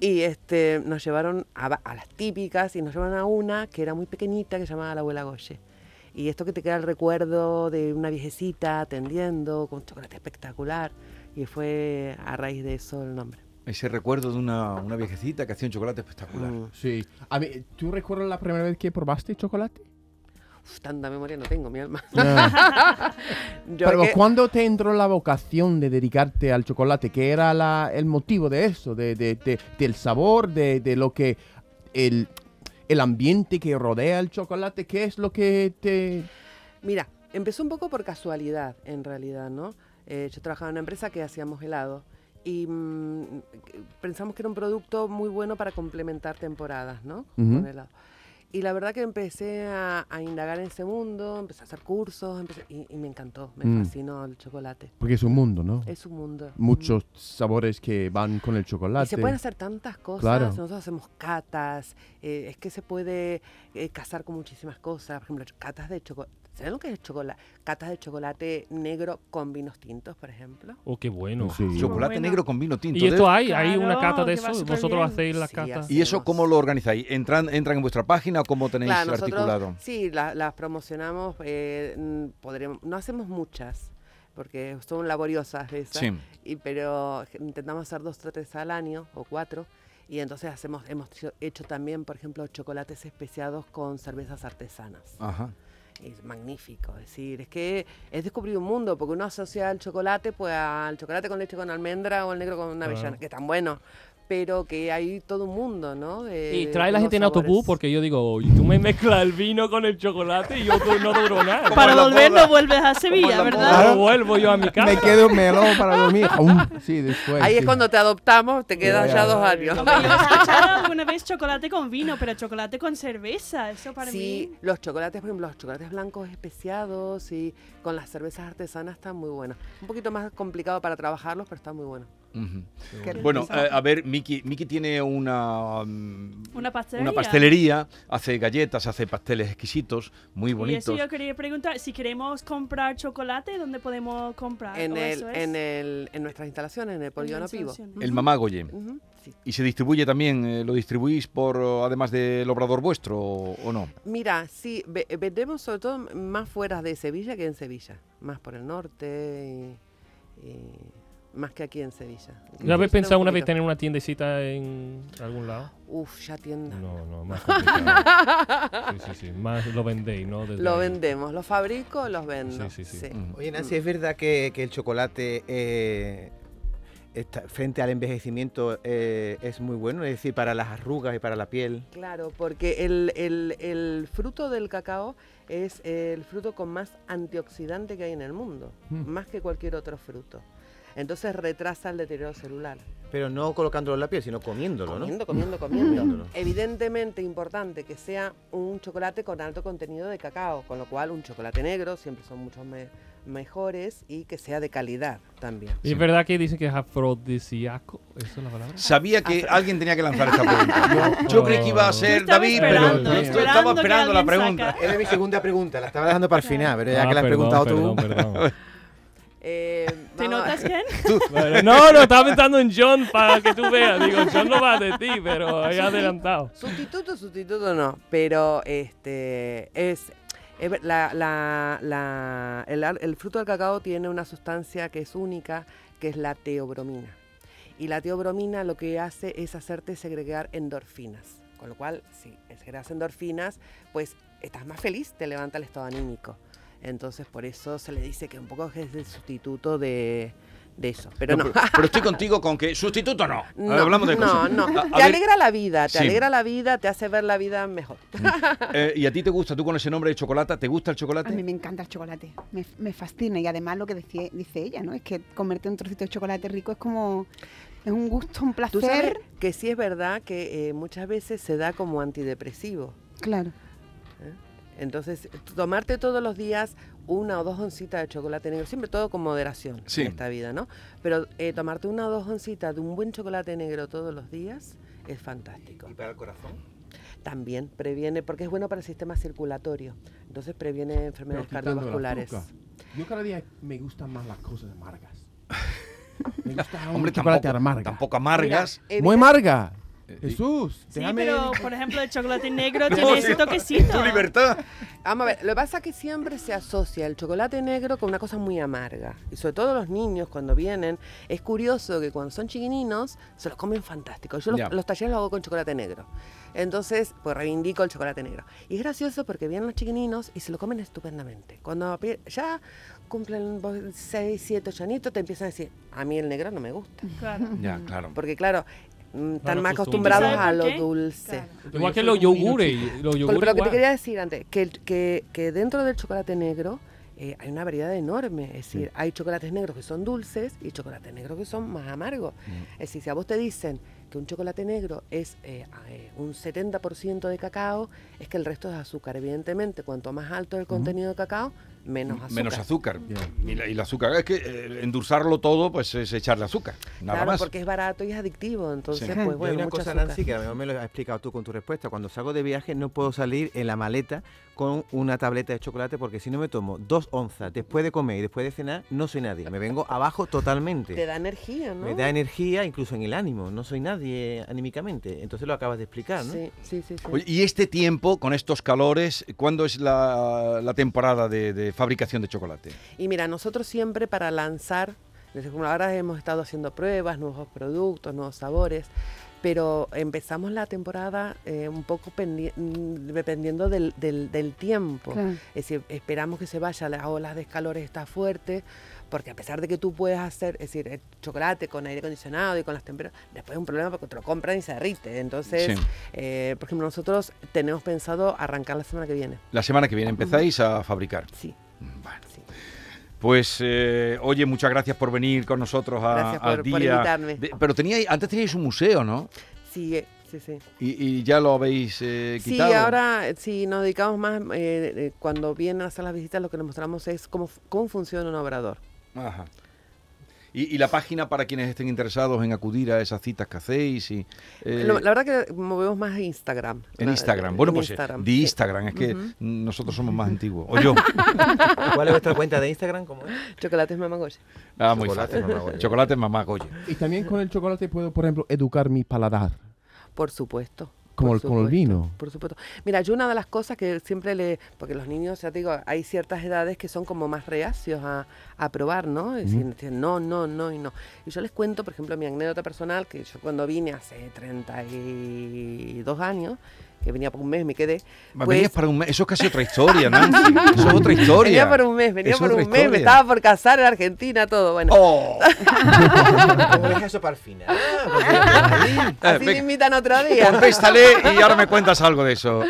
[SPEAKER 18] y este, nos llevaron a, va- a las típicas y nos llevaron a una que era muy pequeñita, que se llamaba la abuela Goye. Y esto que te queda el recuerdo de una viejecita atendiendo con chocolate espectacular. Y fue a raíz de eso el nombre.
[SPEAKER 2] Ese recuerdo de una, una viejecita que hacía un chocolate espectacular.
[SPEAKER 18] Ah,
[SPEAKER 4] Sí. A mí, ¿Tú recuerdas la primera vez que probaste chocolate?
[SPEAKER 18] Uf, tanta memoria no tengo, mi alma.
[SPEAKER 4] Ah.
[SPEAKER 18] Yo
[SPEAKER 4] Pero
[SPEAKER 18] que-
[SPEAKER 4] ¿cuándo te entró la vocación de dedicarte al chocolate? ¿Qué era la- el motivo de eso? De, de- de- del sabor, de, de lo que... El, el ambiente que rodea el chocolate, ¿qué es lo que te...
[SPEAKER 18] Mira, empezó un poco por casualidad, en realidad, ¿no? Eh, yo trabajaba en una empresa que hacíamos helado y mm, pensamos que era un producto muy bueno para complementar temporadas, ¿no? Con
[SPEAKER 12] Ujú.
[SPEAKER 18] helado. Y la verdad que empecé a, a indagar en ese mundo, empecé a hacer cursos empecé- y, y me encantó, me
[SPEAKER 4] Mm.
[SPEAKER 18] fascinó el chocolate.
[SPEAKER 4] Porque es un mundo, ¿no?
[SPEAKER 18] Es un mundo.
[SPEAKER 4] Muchos sabores que van con el chocolate.
[SPEAKER 18] Y se pueden hacer tantas cosas.
[SPEAKER 4] Claro.
[SPEAKER 18] Nosotros hacemos catas. eh, es que se puede eh, casar con muchísimas cosas. Por ejemplo, catas de chocolate. ¿Saben lo que es chocolate? Catas de chocolate negro con vinos tintos, por ejemplo.
[SPEAKER 6] Oh, qué bueno.
[SPEAKER 2] Chocolate Bueno. negro con vino tinto.
[SPEAKER 6] ¿Y esto
[SPEAKER 2] Debe-
[SPEAKER 6] hay? ¿Hay una
[SPEAKER 18] Claro,
[SPEAKER 6] cata de
[SPEAKER 18] que va
[SPEAKER 6] eso?
[SPEAKER 18] súper
[SPEAKER 6] ¿Vosotros
[SPEAKER 18] bien.
[SPEAKER 6] hacéis la
[SPEAKER 18] Sí,
[SPEAKER 6] cata?
[SPEAKER 2] ¿Y eso cómo lo organizáis? ¿Entran, ¿Entran en vuestra página o cómo tenéis
[SPEAKER 18] Claro, nosotros
[SPEAKER 2] articulado?
[SPEAKER 18] sí, la- las promocionamos, eh, mm, podremos, no hacemos muchas, porque son laboriosas esas,
[SPEAKER 2] Sí.
[SPEAKER 18] y, pero intentamos hacer dos o tres al año, o cuatro, y entonces hacemos, hemos hecho- hecho también, por ejemplo, chocolates especiados con cervezas artesanas.
[SPEAKER 2] Ajá.
[SPEAKER 18] Es magnífico, es decir, es que es descubrir un mundo, porque uno asocia el chocolate pues al chocolate con leche con almendra o el negro con una
[SPEAKER 6] Claro.
[SPEAKER 18] avellana, que tan bueno, pero que hay todo un mundo, ¿no? De-
[SPEAKER 6] Y
[SPEAKER 18] de
[SPEAKER 6] trae la
[SPEAKER 18] nuevos
[SPEAKER 6] gente en
[SPEAKER 18] sabores.
[SPEAKER 6] autobús porque yo digo, tú me mezclas el vino con el chocolate y yo no duro nada.
[SPEAKER 5] Para volver no vuelves a Sevilla,
[SPEAKER 6] No
[SPEAKER 5] ¿verdad?
[SPEAKER 6] vuelvo yo a mi casa.
[SPEAKER 4] Me quedo melón para dormir. Aún, sí, después.
[SPEAKER 18] Ahí es
[SPEAKER 4] sí.
[SPEAKER 18] cuando te adoptamos, te quedas
[SPEAKER 4] ya.
[SPEAKER 18] ya, dos años.
[SPEAKER 5] Hombre, yo he escuchado alguna vez chocolate con vino, pero chocolate con cerveza, eso para
[SPEAKER 18] sí,
[SPEAKER 5] mí.
[SPEAKER 18] los chocolates, por ejemplo, los chocolates blancos especiados y con las cervezas artesanas están muy buenos. Un poquito más complicado para trabajarlos, pero están muy buenos.
[SPEAKER 2] Ujú.
[SPEAKER 18] Qué
[SPEAKER 2] Bueno,
[SPEAKER 18] rico.
[SPEAKER 2] eh, a ver, Miki, Miki tiene una, mm,
[SPEAKER 5] Una pastelería.
[SPEAKER 2] una pastelería, hace galletas, hace pasteles exquisitos, muy
[SPEAKER 5] Y eso
[SPEAKER 2] bonitos.
[SPEAKER 5] yo quería preguntar, si queremos comprar chocolate, ¿dónde podemos comprar?
[SPEAKER 18] En,
[SPEAKER 5] ¿O
[SPEAKER 18] el,
[SPEAKER 5] Ah, oh, eso es?
[SPEAKER 18] en, el, en nuestras instalaciones, en el Polígono
[SPEAKER 5] las
[SPEAKER 18] Pivo.
[SPEAKER 5] instalaciones.
[SPEAKER 2] El Mamagoye.
[SPEAKER 18] Ujú, sí.
[SPEAKER 2] Y se distribuye también, eh, lo distribuís por eh, además del obrador vuestro o, o no.
[SPEAKER 18] Mira, sí, ve- vendemos sobre todo más fuera de Sevilla que en Sevilla. Más por el norte y, y más que aquí en Sevilla.
[SPEAKER 6] ¿No habéis
[SPEAKER 18] Tenemos un
[SPEAKER 6] pensado una vez
[SPEAKER 18] poquito.
[SPEAKER 6] tener una tiendecita en algún lado?
[SPEAKER 18] Uf, ya tienda.
[SPEAKER 6] No, no, más complicado. Sí, sí, sí. Más lo vendéis, ¿no? Desde
[SPEAKER 18] Lo
[SPEAKER 6] ahí.
[SPEAKER 18] vendemos, lo fabrico, los vendo.
[SPEAKER 6] Sí, sí, sí.
[SPEAKER 7] Oye, Nancy, ¿es verdad que, que el chocolate eh, está- frente al envejecimiento eh, es muy bueno? Es decir, para las arrugas y para la piel.
[SPEAKER 18] Claro, porque el, el- el fruto del cacao es el fruto con más antioxidante que hay en el mundo,
[SPEAKER 7] Mm.
[SPEAKER 18] más que cualquier otro fruto. Entonces retrasa el deterioro celular.
[SPEAKER 7] Pero no colocándolo en la piel, sino comiéndolo,
[SPEAKER 18] Comiendo,
[SPEAKER 7] ¿no?
[SPEAKER 18] comiendo, comiendo.
[SPEAKER 7] Comiéndolo.
[SPEAKER 18] Evidentemente importante que sea un chocolate con alto contenido de cacao, con lo cual un chocolate negro siempre son muchos me- mejores y que sea de calidad también.
[SPEAKER 6] ¿Y ¿Es verdad que dicen que es afrodisíaco? ¿Eso es la palabra?
[SPEAKER 2] Sabía que alguien tenía que lanzar esta pregunta.
[SPEAKER 6] No.
[SPEAKER 2] Yo creí que iba a ser
[SPEAKER 6] Yo estaba
[SPEAKER 2] David,
[SPEAKER 6] esperando,
[SPEAKER 2] pero yo estaba
[SPEAKER 6] esperando que
[SPEAKER 2] esperando la
[SPEAKER 6] alguien
[SPEAKER 2] pregunta.
[SPEAKER 7] Era mi segunda pregunta, la estaba dejando para el final, pero ya
[SPEAKER 6] Ah,
[SPEAKER 7] que la has
[SPEAKER 6] perdón,
[SPEAKER 7] preguntado tú.
[SPEAKER 6] perdón,
[SPEAKER 18] Eh,
[SPEAKER 5] ¿Te
[SPEAKER 18] vamos a-
[SPEAKER 2] Ah,
[SPEAKER 5] notas bien?
[SPEAKER 6] Bueno, No, no, estaba pensando en John para que tú veas. Digo, John no va de ti, pero he
[SPEAKER 18] Susti-
[SPEAKER 6] adelantado.
[SPEAKER 18] Sustituto, sustituto no, pero este es, es ver- la- la- la- el, ar- el fruto del cacao tiene una sustancia que es única, que es la teobromina. Y la teobromina lo que hace es hacerte segregar endorfinas, con lo cual si segregas endorfinas, pues estás más feliz, te levanta el estado anímico. Entonces por eso se le dice que un poco es el sustituto de, de eso, pero no.
[SPEAKER 2] pero, pero estoy contigo con que sustituto no. A ver,
[SPEAKER 18] No,
[SPEAKER 2] hablamos de
[SPEAKER 18] no,
[SPEAKER 2] cosas.
[SPEAKER 18] no.
[SPEAKER 2] A- a
[SPEAKER 18] Te
[SPEAKER 2] ver,
[SPEAKER 18] alegra la vida, te
[SPEAKER 2] Sí.
[SPEAKER 18] alegra la vida, te hace ver la vida mejor.
[SPEAKER 2] eh, ¿Y a ti te gusta? ¿Tú con ese nombre de chocolate? ¿Te gusta el
[SPEAKER 14] A mí
[SPEAKER 2] chocolate?
[SPEAKER 14] me encanta el chocolate, me, me fascina y además lo que decía- dice ella, ¿no? Es que comerte un trocito de chocolate rico es como, es un gusto, un
[SPEAKER 18] Tú sabes
[SPEAKER 14] placer.
[SPEAKER 18] que sí es verdad que eh, muchas veces se da como antidepresivo.
[SPEAKER 14] Claro.
[SPEAKER 18] Entonces, tomarte todos los días una o dos oncitas de chocolate negro, siempre todo con moderación
[SPEAKER 2] Sí.
[SPEAKER 18] en esta vida, ¿no? Pero eh, tomarte una o dos oncitas de un buen chocolate negro todos los días es fantástico. ¿Y para el corazón? También previene, porque es bueno para el sistema circulatorio. Entonces previene enfermedades cardiovasculares.
[SPEAKER 4] Yo cada día me gustan más las cosas amargas. Me gusta
[SPEAKER 2] Hombre,
[SPEAKER 4] un chocolate
[SPEAKER 2] tampoco-
[SPEAKER 4] amarga.
[SPEAKER 2] tampoco amargas. Eh,
[SPEAKER 18] Mira,
[SPEAKER 4] Muy
[SPEAKER 18] evita-
[SPEAKER 4] amarga. Jesús,
[SPEAKER 5] Sí,
[SPEAKER 4] déjame.
[SPEAKER 5] pero por ejemplo el chocolate negro
[SPEAKER 4] No,
[SPEAKER 5] tiene
[SPEAKER 4] sí,
[SPEAKER 5] ese toquecito.
[SPEAKER 4] tu libertad.
[SPEAKER 18] Vamos a ver, lo que pasa es que siempre se asocia el chocolate negro con una cosa muy amarga. Y sobre todo los niños cuando vienen, es curioso que cuando son chiquininos se los comen fantástico. Yo los,
[SPEAKER 19] Ya.
[SPEAKER 18] los talleres los hago con chocolate negro. Entonces, pues reivindico el chocolate negro. Y es gracioso porque vienen los chiquininos y se lo comen estupendamente. Cuando apri- ya cumplen 6, 7, 8 añitos, te empiezan a decir, a mí el negro no me gusta.
[SPEAKER 2] Ya, claro.
[SPEAKER 18] Porque claro, mm, están
[SPEAKER 2] pues,
[SPEAKER 6] lo
[SPEAKER 18] más
[SPEAKER 6] acostumbran.
[SPEAKER 18] acostumbrados a
[SPEAKER 6] ¿Sabes por
[SPEAKER 18] lo
[SPEAKER 6] qué?
[SPEAKER 18] dulce.
[SPEAKER 6] Igual que los yogures. Los
[SPEAKER 18] Con-
[SPEAKER 6] yogures
[SPEAKER 18] pero lo que te
[SPEAKER 6] igual.
[SPEAKER 18] quería decir antes, que, el- que, que dentro del chocolate negro eh, hay una variedad enorme. Es decir, hay chocolates negros que son dulces y chocolates negros que son más amargos.
[SPEAKER 2] Mm.
[SPEAKER 18] Es decir, si a vos te dicen que un chocolate negro es eh, a- eh, un 70% de cacao, es que el resto es azúcar. Evidentemente, cuanto más alto el contenido de cacao, menos azúcar.
[SPEAKER 2] Mm. Menos azúcar. Y, la, y el azúcar, es que eh, endulzarlo todo, pues es echarle azúcar. Nada
[SPEAKER 18] claro,
[SPEAKER 2] más.
[SPEAKER 18] porque es barato y es adictivo. Entonces,
[SPEAKER 2] Sí.
[SPEAKER 18] pues
[SPEAKER 2] Hay
[SPEAKER 18] bueno,
[SPEAKER 2] una
[SPEAKER 18] mucho
[SPEAKER 2] cosa,
[SPEAKER 18] azúcar.
[SPEAKER 2] Nancy,
[SPEAKER 7] que a lo mejor me lo has explicado tú con tu respuesta. Cuando salgo de viaje no puedo salir en la maleta con una tableta de chocolate porque si no me tomo dos onzas después de comer y después de cenar, no soy nadie. Me vengo abajo totalmente.
[SPEAKER 18] Te da energía, ¿no?
[SPEAKER 7] Me da energía, incluso en el ánimo. No soy nadie eh, anímicamente. Entonces lo acabas de explicar, ¿no?
[SPEAKER 18] Sí, sí, sí. sí.
[SPEAKER 2] Oye, y este tiempo, con estos calores, ¿cuándo es la, la temporada de, de fabricación de chocolate?
[SPEAKER 18] Y mira, nosotros siempre para lanzar, desde como ahora hemos estado haciendo pruebas, nuevos productos, nuevos sabores, pero empezamos la temporada eh, un poco pendi- mm, dependiendo del, del- del tiempo.
[SPEAKER 20] Claro.
[SPEAKER 18] Es decir, esperamos que se vaya, las olas de calor está fuerte, porque a pesar de que tú puedes hacer, es decir, el chocolate con aire acondicionado y con las temperaturas, después es un problema porque te lo compran y se derrite. Entonces,
[SPEAKER 2] Sí.
[SPEAKER 18] eh, por ejemplo, nosotros tenemos pensado arrancar la semana que viene.
[SPEAKER 2] La semana que viene empezáis a fabricar.
[SPEAKER 18] Sí.
[SPEAKER 2] Pues, eh, oye, muchas gracias por venir con nosotros a,
[SPEAKER 18] Gracias por-
[SPEAKER 2] al
[SPEAKER 18] por
[SPEAKER 2] día.
[SPEAKER 18] invitarme.
[SPEAKER 2] De- pero teníais, antes teníais un museo, ¿no?
[SPEAKER 18] Sí, eh, sí, sí.
[SPEAKER 2] Y, y ya lo habéis eh,
[SPEAKER 18] Sí,
[SPEAKER 2] quitado.
[SPEAKER 18] ahora eh, sí nos dedicamos más, eh, eh, cuando vienen a hacer las visitas lo que les mostramos es cómo, f- cómo funciona un obrador.
[SPEAKER 2] Ajá. Y, y la página para quienes estén interesados en acudir a esas citas que hacéis. Y, eh,
[SPEAKER 18] Lo- la verdad que movemos más Instagram.
[SPEAKER 2] en
[SPEAKER 18] la-
[SPEAKER 2] Instagram. Bueno,
[SPEAKER 18] en
[SPEAKER 2] pues eh,
[SPEAKER 18] Instagram.
[SPEAKER 2] de Instagram, es que
[SPEAKER 18] Ujú.
[SPEAKER 2] nosotros somos más antiguos. O yo.
[SPEAKER 7] ¿Cuál es vuestra cuenta de Instagram? ¿Cómo es?
[SPEAKER 18] Chocolates Mamagoya.
[SPEAKER 2] Ah, muy
[SPEAKER 7] Chocolate
[SPEAKER 2] fácil.
[SPEAKER 7] mamá Goya.
[SPEAKER 2] Chocolate mamá Goya.
[SPEAKER 18] Pues
[SPEAKER 4] Y también con el chocolate puedo, por ejemplo, educar mi paladar.
[SPEAKER 18] Por supuesto.
[SPEAKER 4] Como
[SPEAKER 18] por
[SPEAKER 4] el- con el
[SPEAKER 18] supuesto,
[SPEAKER 4] vino.
[SPEAKER 18] Por supuesto. Mira, yo una de las cosas que siempre le... Porque los niños, ya te digo, hay ciertas edades que son como más reacios a, a probar, ¿no? Es
[SPEAKER 4] Ujú.
[SPEAKER 18] decir, no, no, no y no. Y yo les cuento, por ejemplo, mi anécdota personal, que yo cuando vine hace 32 años, que venía por un mes, me quedé...
[SPEAKER 2] Ma,
[SPEAKER 18] pues-
[SPEAKER 2] venías para un mes. Eso es casi otra historia, Nancy. Eso es otra historia.
[SPEAKER 18] Venía por un mes, venía
[SPEAKER 2] Es
[SPEAKER 18] por un
[SPEAKER 2] otra
[SPEAKER 18] mes, me
[SPEAKER 2] historia. Oh.
[SPEAKER 18] estaba por casar en Argentina, todo, bueno.
[SPEAKER 7] Deja eso para el final. Ah,
[SPEAKER 2] Eh,
[SPEAKER 18] Así me
[SPEAKER 2] venga,
[SPEAKER 18] invitan otro día.
[SPEAKER 2] Contéstale y ahora me cuentas algo de eso.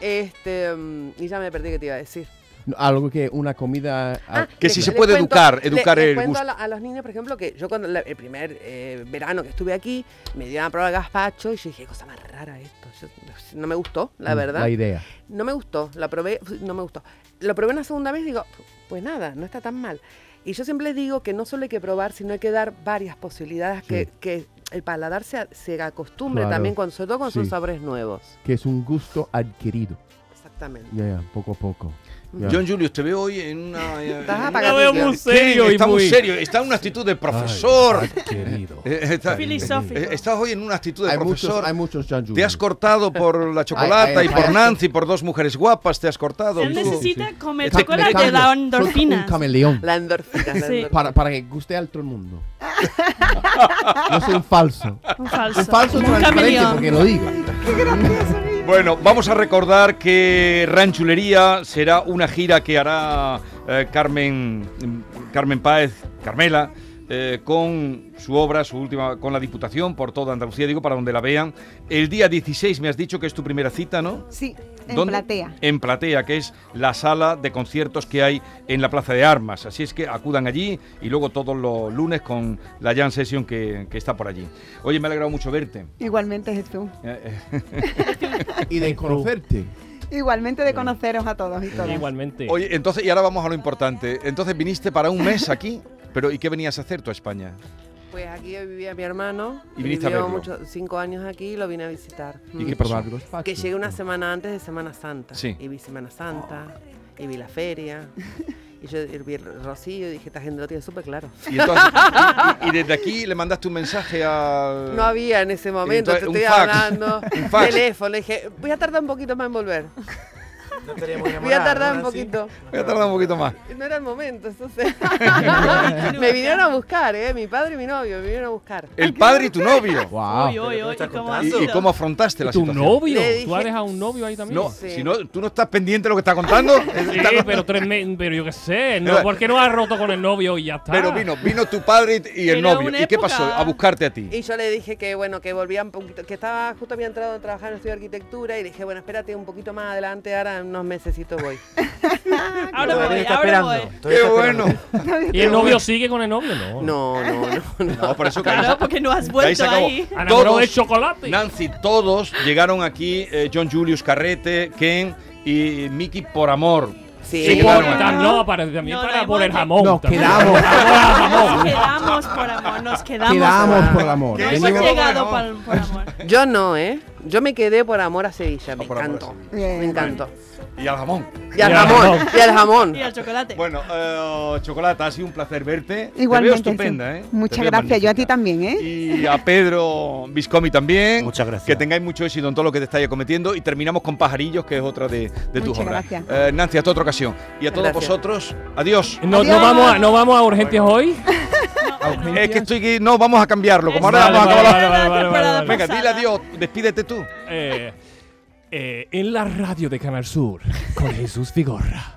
[SPEAKER 18] Este, mm, y ya me perdí que te iba a decir.
[SPEAKER 4] No, Algo que una comida... ah,
[SPEAKER 2] que
[SPEAKER 18] Le-
[SPEAKER 2] si se
[SPEAKER 18] le
[SPEAKER 2] puede
[SPEAKER 18] cuento-
[SPEAKER 2] educar,
[SPEAKER 18] le-
[SPEAKER 2] educar
[SPEAKER 18] le
[SPEAKER 2] el
[SPEAKER 18] cuento a,
[SPEAKER 2] gusto.
[SPEAKER 18] lo- a los niños, por ejemplo, que yo cuando la- el primer eh, verano que estuve aquí, me dieron a probar gazpacho y yo dije, "Qué cosa más rara esto. Yo- no- no me gustó, la
[SPEAKER 4] Mm,
[SPEAKER 18] verdad.
[SPEAKER 4] la idea.
[SPEAKER 18] No me gustó, la probé, no me gustó. Lo probé una segunda vez y digo, pues nada, no está tan mal. Y yo siempre les digo que no solo hay que probar, sino hay que dar varias posibilidades que, que el paladar se, se acostumbre
[SPEAKER 4] Claro.
[SPEAKER 18] también, con, sobre todo con sus
[SPEAKER 4] Sí.
[SPEAKER 18] sabores nuevos.
[SPEAKER 4] Que es un gusto adquirido.
[SPEAKER 18] Exactamente.
[SPEAKER 4] Ya, ya, poco a poco. Ya.
[SPEAKER 2] John Julius, te veo hoy en una. eh,
[SPEAKER 18] Estás
[SPEAKER 2] en una-
[SPEAKER 18] apagadillo. Lo veo muy
[SPEAKER 6] serio
[SPEAKER 2] Sí,
[SPEAKER 6] y
[SPEAKER 2] Está muy
[SPEAKER 6] muy-
[SPEAKER 2] serio. Está en una actitud de profesor.
[SPEAKER 4] querido.
[SPEAKER 2] Eh, eh, está-
[SPEAKER 4] Filosófico.
[SPEAKER 2] eh, Estás hoy en una actitud de
[SPEAKER 4] Hay muchos-
[SPEAKER 2] profesor.
[SPEAKER 4] hay muchos John
[SPEAKER 2] Te
[SPEAKER 4] Julius.
[SPEAKER 2] has cortado por la chocolata
[SPEAKER 4] Ay, ay,
[SPEAKER 2] y por
[SPEAKER 4] ay.
[SPEAKER 2] Nancy, por dos mujeres guapas, te has cortado.
[SPEAKER 5] Él
[SPEAKER 2] tú.
[SPEAKER 5] necesita comer
[SPEAKER 2] Está-
[SPEAKER 5] chocolate,
[SPEAKER 2] me cambio.
[SPEAKER 5] la
[SPEAKER 4] Un
[SPEAKER 5] endorfina.
[SPEAKER 4] cameleón.
[SPEAKER 18] La endorfina.
[SPEAKER 5] la Sí. endorfina.
[SPEAKER 4] Para, para que guste al todo el mundo. Yo soy un falso.
[SPEAKER 5] Un falso.
[SPEAKER 4] Un falso
[SPEAKER 5] Un
[SPEAKER 4] transparente,
[SPEAKER 5] cameleón.
[SPEAKER 4] porque lo digo.
[SPEAKER 2] Bueno, vamos a recordar que Ranchulería será una gira que hará eh, Carmen Carmen Páez, Carmela, eh, con su obra, su última, con la Diputación por toda Andalucía, digo, para donde la vean. El día 16 me has dicho que es tu primera cita, ¿no?
[SPEAKER 14] Sí, en
[SPEAKER 2] ¿Dónde?
[SPEAKER 14] platea.
[SPEAKER 2] En Platea, que es la sala de conciertos que hay en la Plaza de Armas. Así es que acudan allí y luego todos los lunes con la Jam Session que, que está por allí. Oye, me ha alegrado mucho verte.
[SPEAKER 14] Igualmente, Jesús.
[SPEAKER 2] Eh,
[SPEAKER 4] Y de conocerte.
[SPEAKER 14] Igualmente de conoceros a todos y todas.
[SPEAKER 6] Igualmente.
[SPEAKER 2] Oye, entonces, y ahora vamos a lo importante. Entonces viniste para un mes aquí, pero ¿y qué venías a hacer tú a España?
[SPEAKER 18] Pues aquí vivía mi hermano.
[SPEAKER 2] Y viniste a
[SPEAKER 18] vivió
[SPEAKER 2] verlo.
[SPEAKER 18] mucho- cinco años aquí y lo vine a visitar.
[SPEAKER 2] ¿Y
[SPEAKER 18] Mm.
[SPEAKER 2] qué pasó? Probarlo es
[SPEAKER 18] Que
[SPEAKER 2] fácil,
[SPEAKER 18] llegué una semana antes de Semana Santa.
[SPEAKER 2] Sí.
[SPEAKER 18] Y vi Semana Santa, y vi la feria. Y yo vi el Rocío y dije, esta gente lo tiene súper claro.
[SPEAKER 2] Y, entonces, y, y desde aquí le mandaste un mensaje a...
[SPEAKER 18] No había en ese momento,
[SPEAKER 2] Entonces, un
[SPEAKER 18] te estoy
[SPEAKER 2] fax.
[SPEAKER 18] hablando.
[SPEAKER 2] Un fax.
[SPEAKER 18] Teléfono, dije, voy a tardar un poquito más en volver. voy a
[SPEAKER 2] enamorados,
[SPEAKER 18] tardar un
[SPEAKER 2] ¿no? Así.
[SPEAKER 18] poquito.
[SPEAKER 2] Voy a tardar un poquito más.
[SPEAKER 18] No era el momento, entonces. me vinieron a buscar, ¿eh? Mi padre y mi novio me vinieron a buscar.
[SPEAKER 2] El padre y tu novio. Wow.
[SPEAKER 18] Uy, uy, uy, ¿y cómo ha
[SPEAKER 2] ¿Y,
[SPEAKER 18] sido?
[SPEAKER 2] y cómo afrontaste la
[SPEAKER 6] ¿Tu
[SPEAKER 2] situación?
[SPEAKER 6] novio?
[SPEAKER 18] Le
[SPEAKER 6] ¿Tú
[SPEAKER 18] dije-
[SPEAKER 6] has dejado un novio ahí también?
[SPEAKER 2] No, si no, tú no estás pendiente de lo que está contando.
[SPEAKER 6] Sí,
[SPEAKER 2] Está-
[SPEAKER 6] pero, tres me- pero yo qué sé, no, ¿por qué no has roto con el novio y ya está?
[SPEAKER 2] Pero vino, vino tu padre y- y el
[SPEAKER 18] Era
[SPEAKER 2] novio.
[SPEAKER 18] una
[SPEAKER 2] ¿Y qué pasó?
[SPEAKER 18] época.
[SPEAKER 2] A buscarte a ti.
[SPEAKER 18] Y yo le dije que bueno, que volvía un poquito, que estaba justo había entrado a trabajar en estudio de arquitectura y le dije, bueno, espérate un poquito más adelante, ahora en unos mesecitos voy.
[SPEAKER 5] Ahora
[SPEAKER 18] Todavía
[SPEAKER 5] voy,
[SPEAKER 18] está
[SPEAKER 5] ahora
[SPEAKER 18] esperando,
[SPEAKER 5] voy.
[SPEAKER 18] todavía está
[SPEAKER 6] ¿Y el novio sigue con el novio? No.
[SPEAKER 18] No, no, no.
[SPEAKER 2] No, por eso que ahí
[SPEAKER 5] Claro,
[SPEAKER 2] se-
[SPEAKER 5] porque no has
[SPEAKER 2] ahí
[SPEAKER 5] vuelto
[SPEAKER 2] se acabó.
[SPEAKER 5] ahí.
[SPEAKER 6] Ah,
[SPEAKER 2] Todos-
[SPEAKER 5] Enamoró de
[SPEAKER 2] Nancy, todos llegaron aquí, eh, John Julius Carrete, Ken y Mickey por amor.
[SPEAKER 6] Sí,
[SPEAKER 2] Se
[SPEAKER 6] por,
[SPEAKER 2] quedaron aquí.
[SPEAKER 6] tam- no, para, también para por el jamón.
[SPEAKER 2] Nos
[SPEAKER 6] también.
[SPEAKER 2] quedamos.
[SPEAKER 6] Por el jamón.
[SPEAKER 5] Quedamos por amor, nos quedamos.
[SPEAKER 6] Quedamos por
[SPEAKER 18] amor.
[SPEAKER 5] No hemos
[SPEAKER 18] Venimos-
[SPEAKER 5] llegado pa'l- por amor.
[SPEAKER 18] Yo no, ¿eh? Yo me quedé por amor a
[SPEAKER 2] Ah,
[SPEAKER 18] Sevilla. Me encantó.
[SPEAKER 14] Bien.
[SPEAKER 18] Me encantó.
[SPEAKER 2] Y al jamón.
[SPEAKER 18] Y al jamón. Y al jamón.
[SPEAKER 5] al chocolate.
[SPEAKER 2] Bueno, eh, Chocolate, ha sido un placer verte.
[SPEAKER 14] Igualmente.
[SPEAKER 2] Te veo estupenda, ¿eh? Te
[SPEAKER 14] Muchas
[SPEAKER 2] veo
[SPEAKER 14] gracias. Yo a ti también, ¿eh?
[SPEAKER 2] Y a Pedro Viscomi también. Muchas gracias. Que tengáis mucho éxito en todo lo que te estáis acometiendo. Y terminamos con Pajarillos, que es otra de, de tus
[SPEAKER 6] Muchas
[SPEAKER 2] obras.
[SPEAKER 6] gracias.
[SPEAKER 2] Eh, Nancy, hasta otra ocasión. Y a todos
[SPEAKER 6] Gracias.
[SPEAKER 2] vosotros, adiós. Ah,
[SPEAKER 6] No, no vamos a, no vamos a urgencias hoy.
[SPEAKER 2] Es que estoy aquí- No, vamos a cambiarlo. Como ahora
[SPEAKER 6] Vale,
[SPEAKER 2] vamos a
[SPEAKER 6] vale,
[SPEAKER 2] acabar la-
[SPEAKER 6] vale, vale, vale, vale.
[SPEAKER 2] Venga, dile adiós. Despídete tú.
[SPEAKER 6] Eh, eh, en la radio de Canal Sur, con Jesús Vigorra.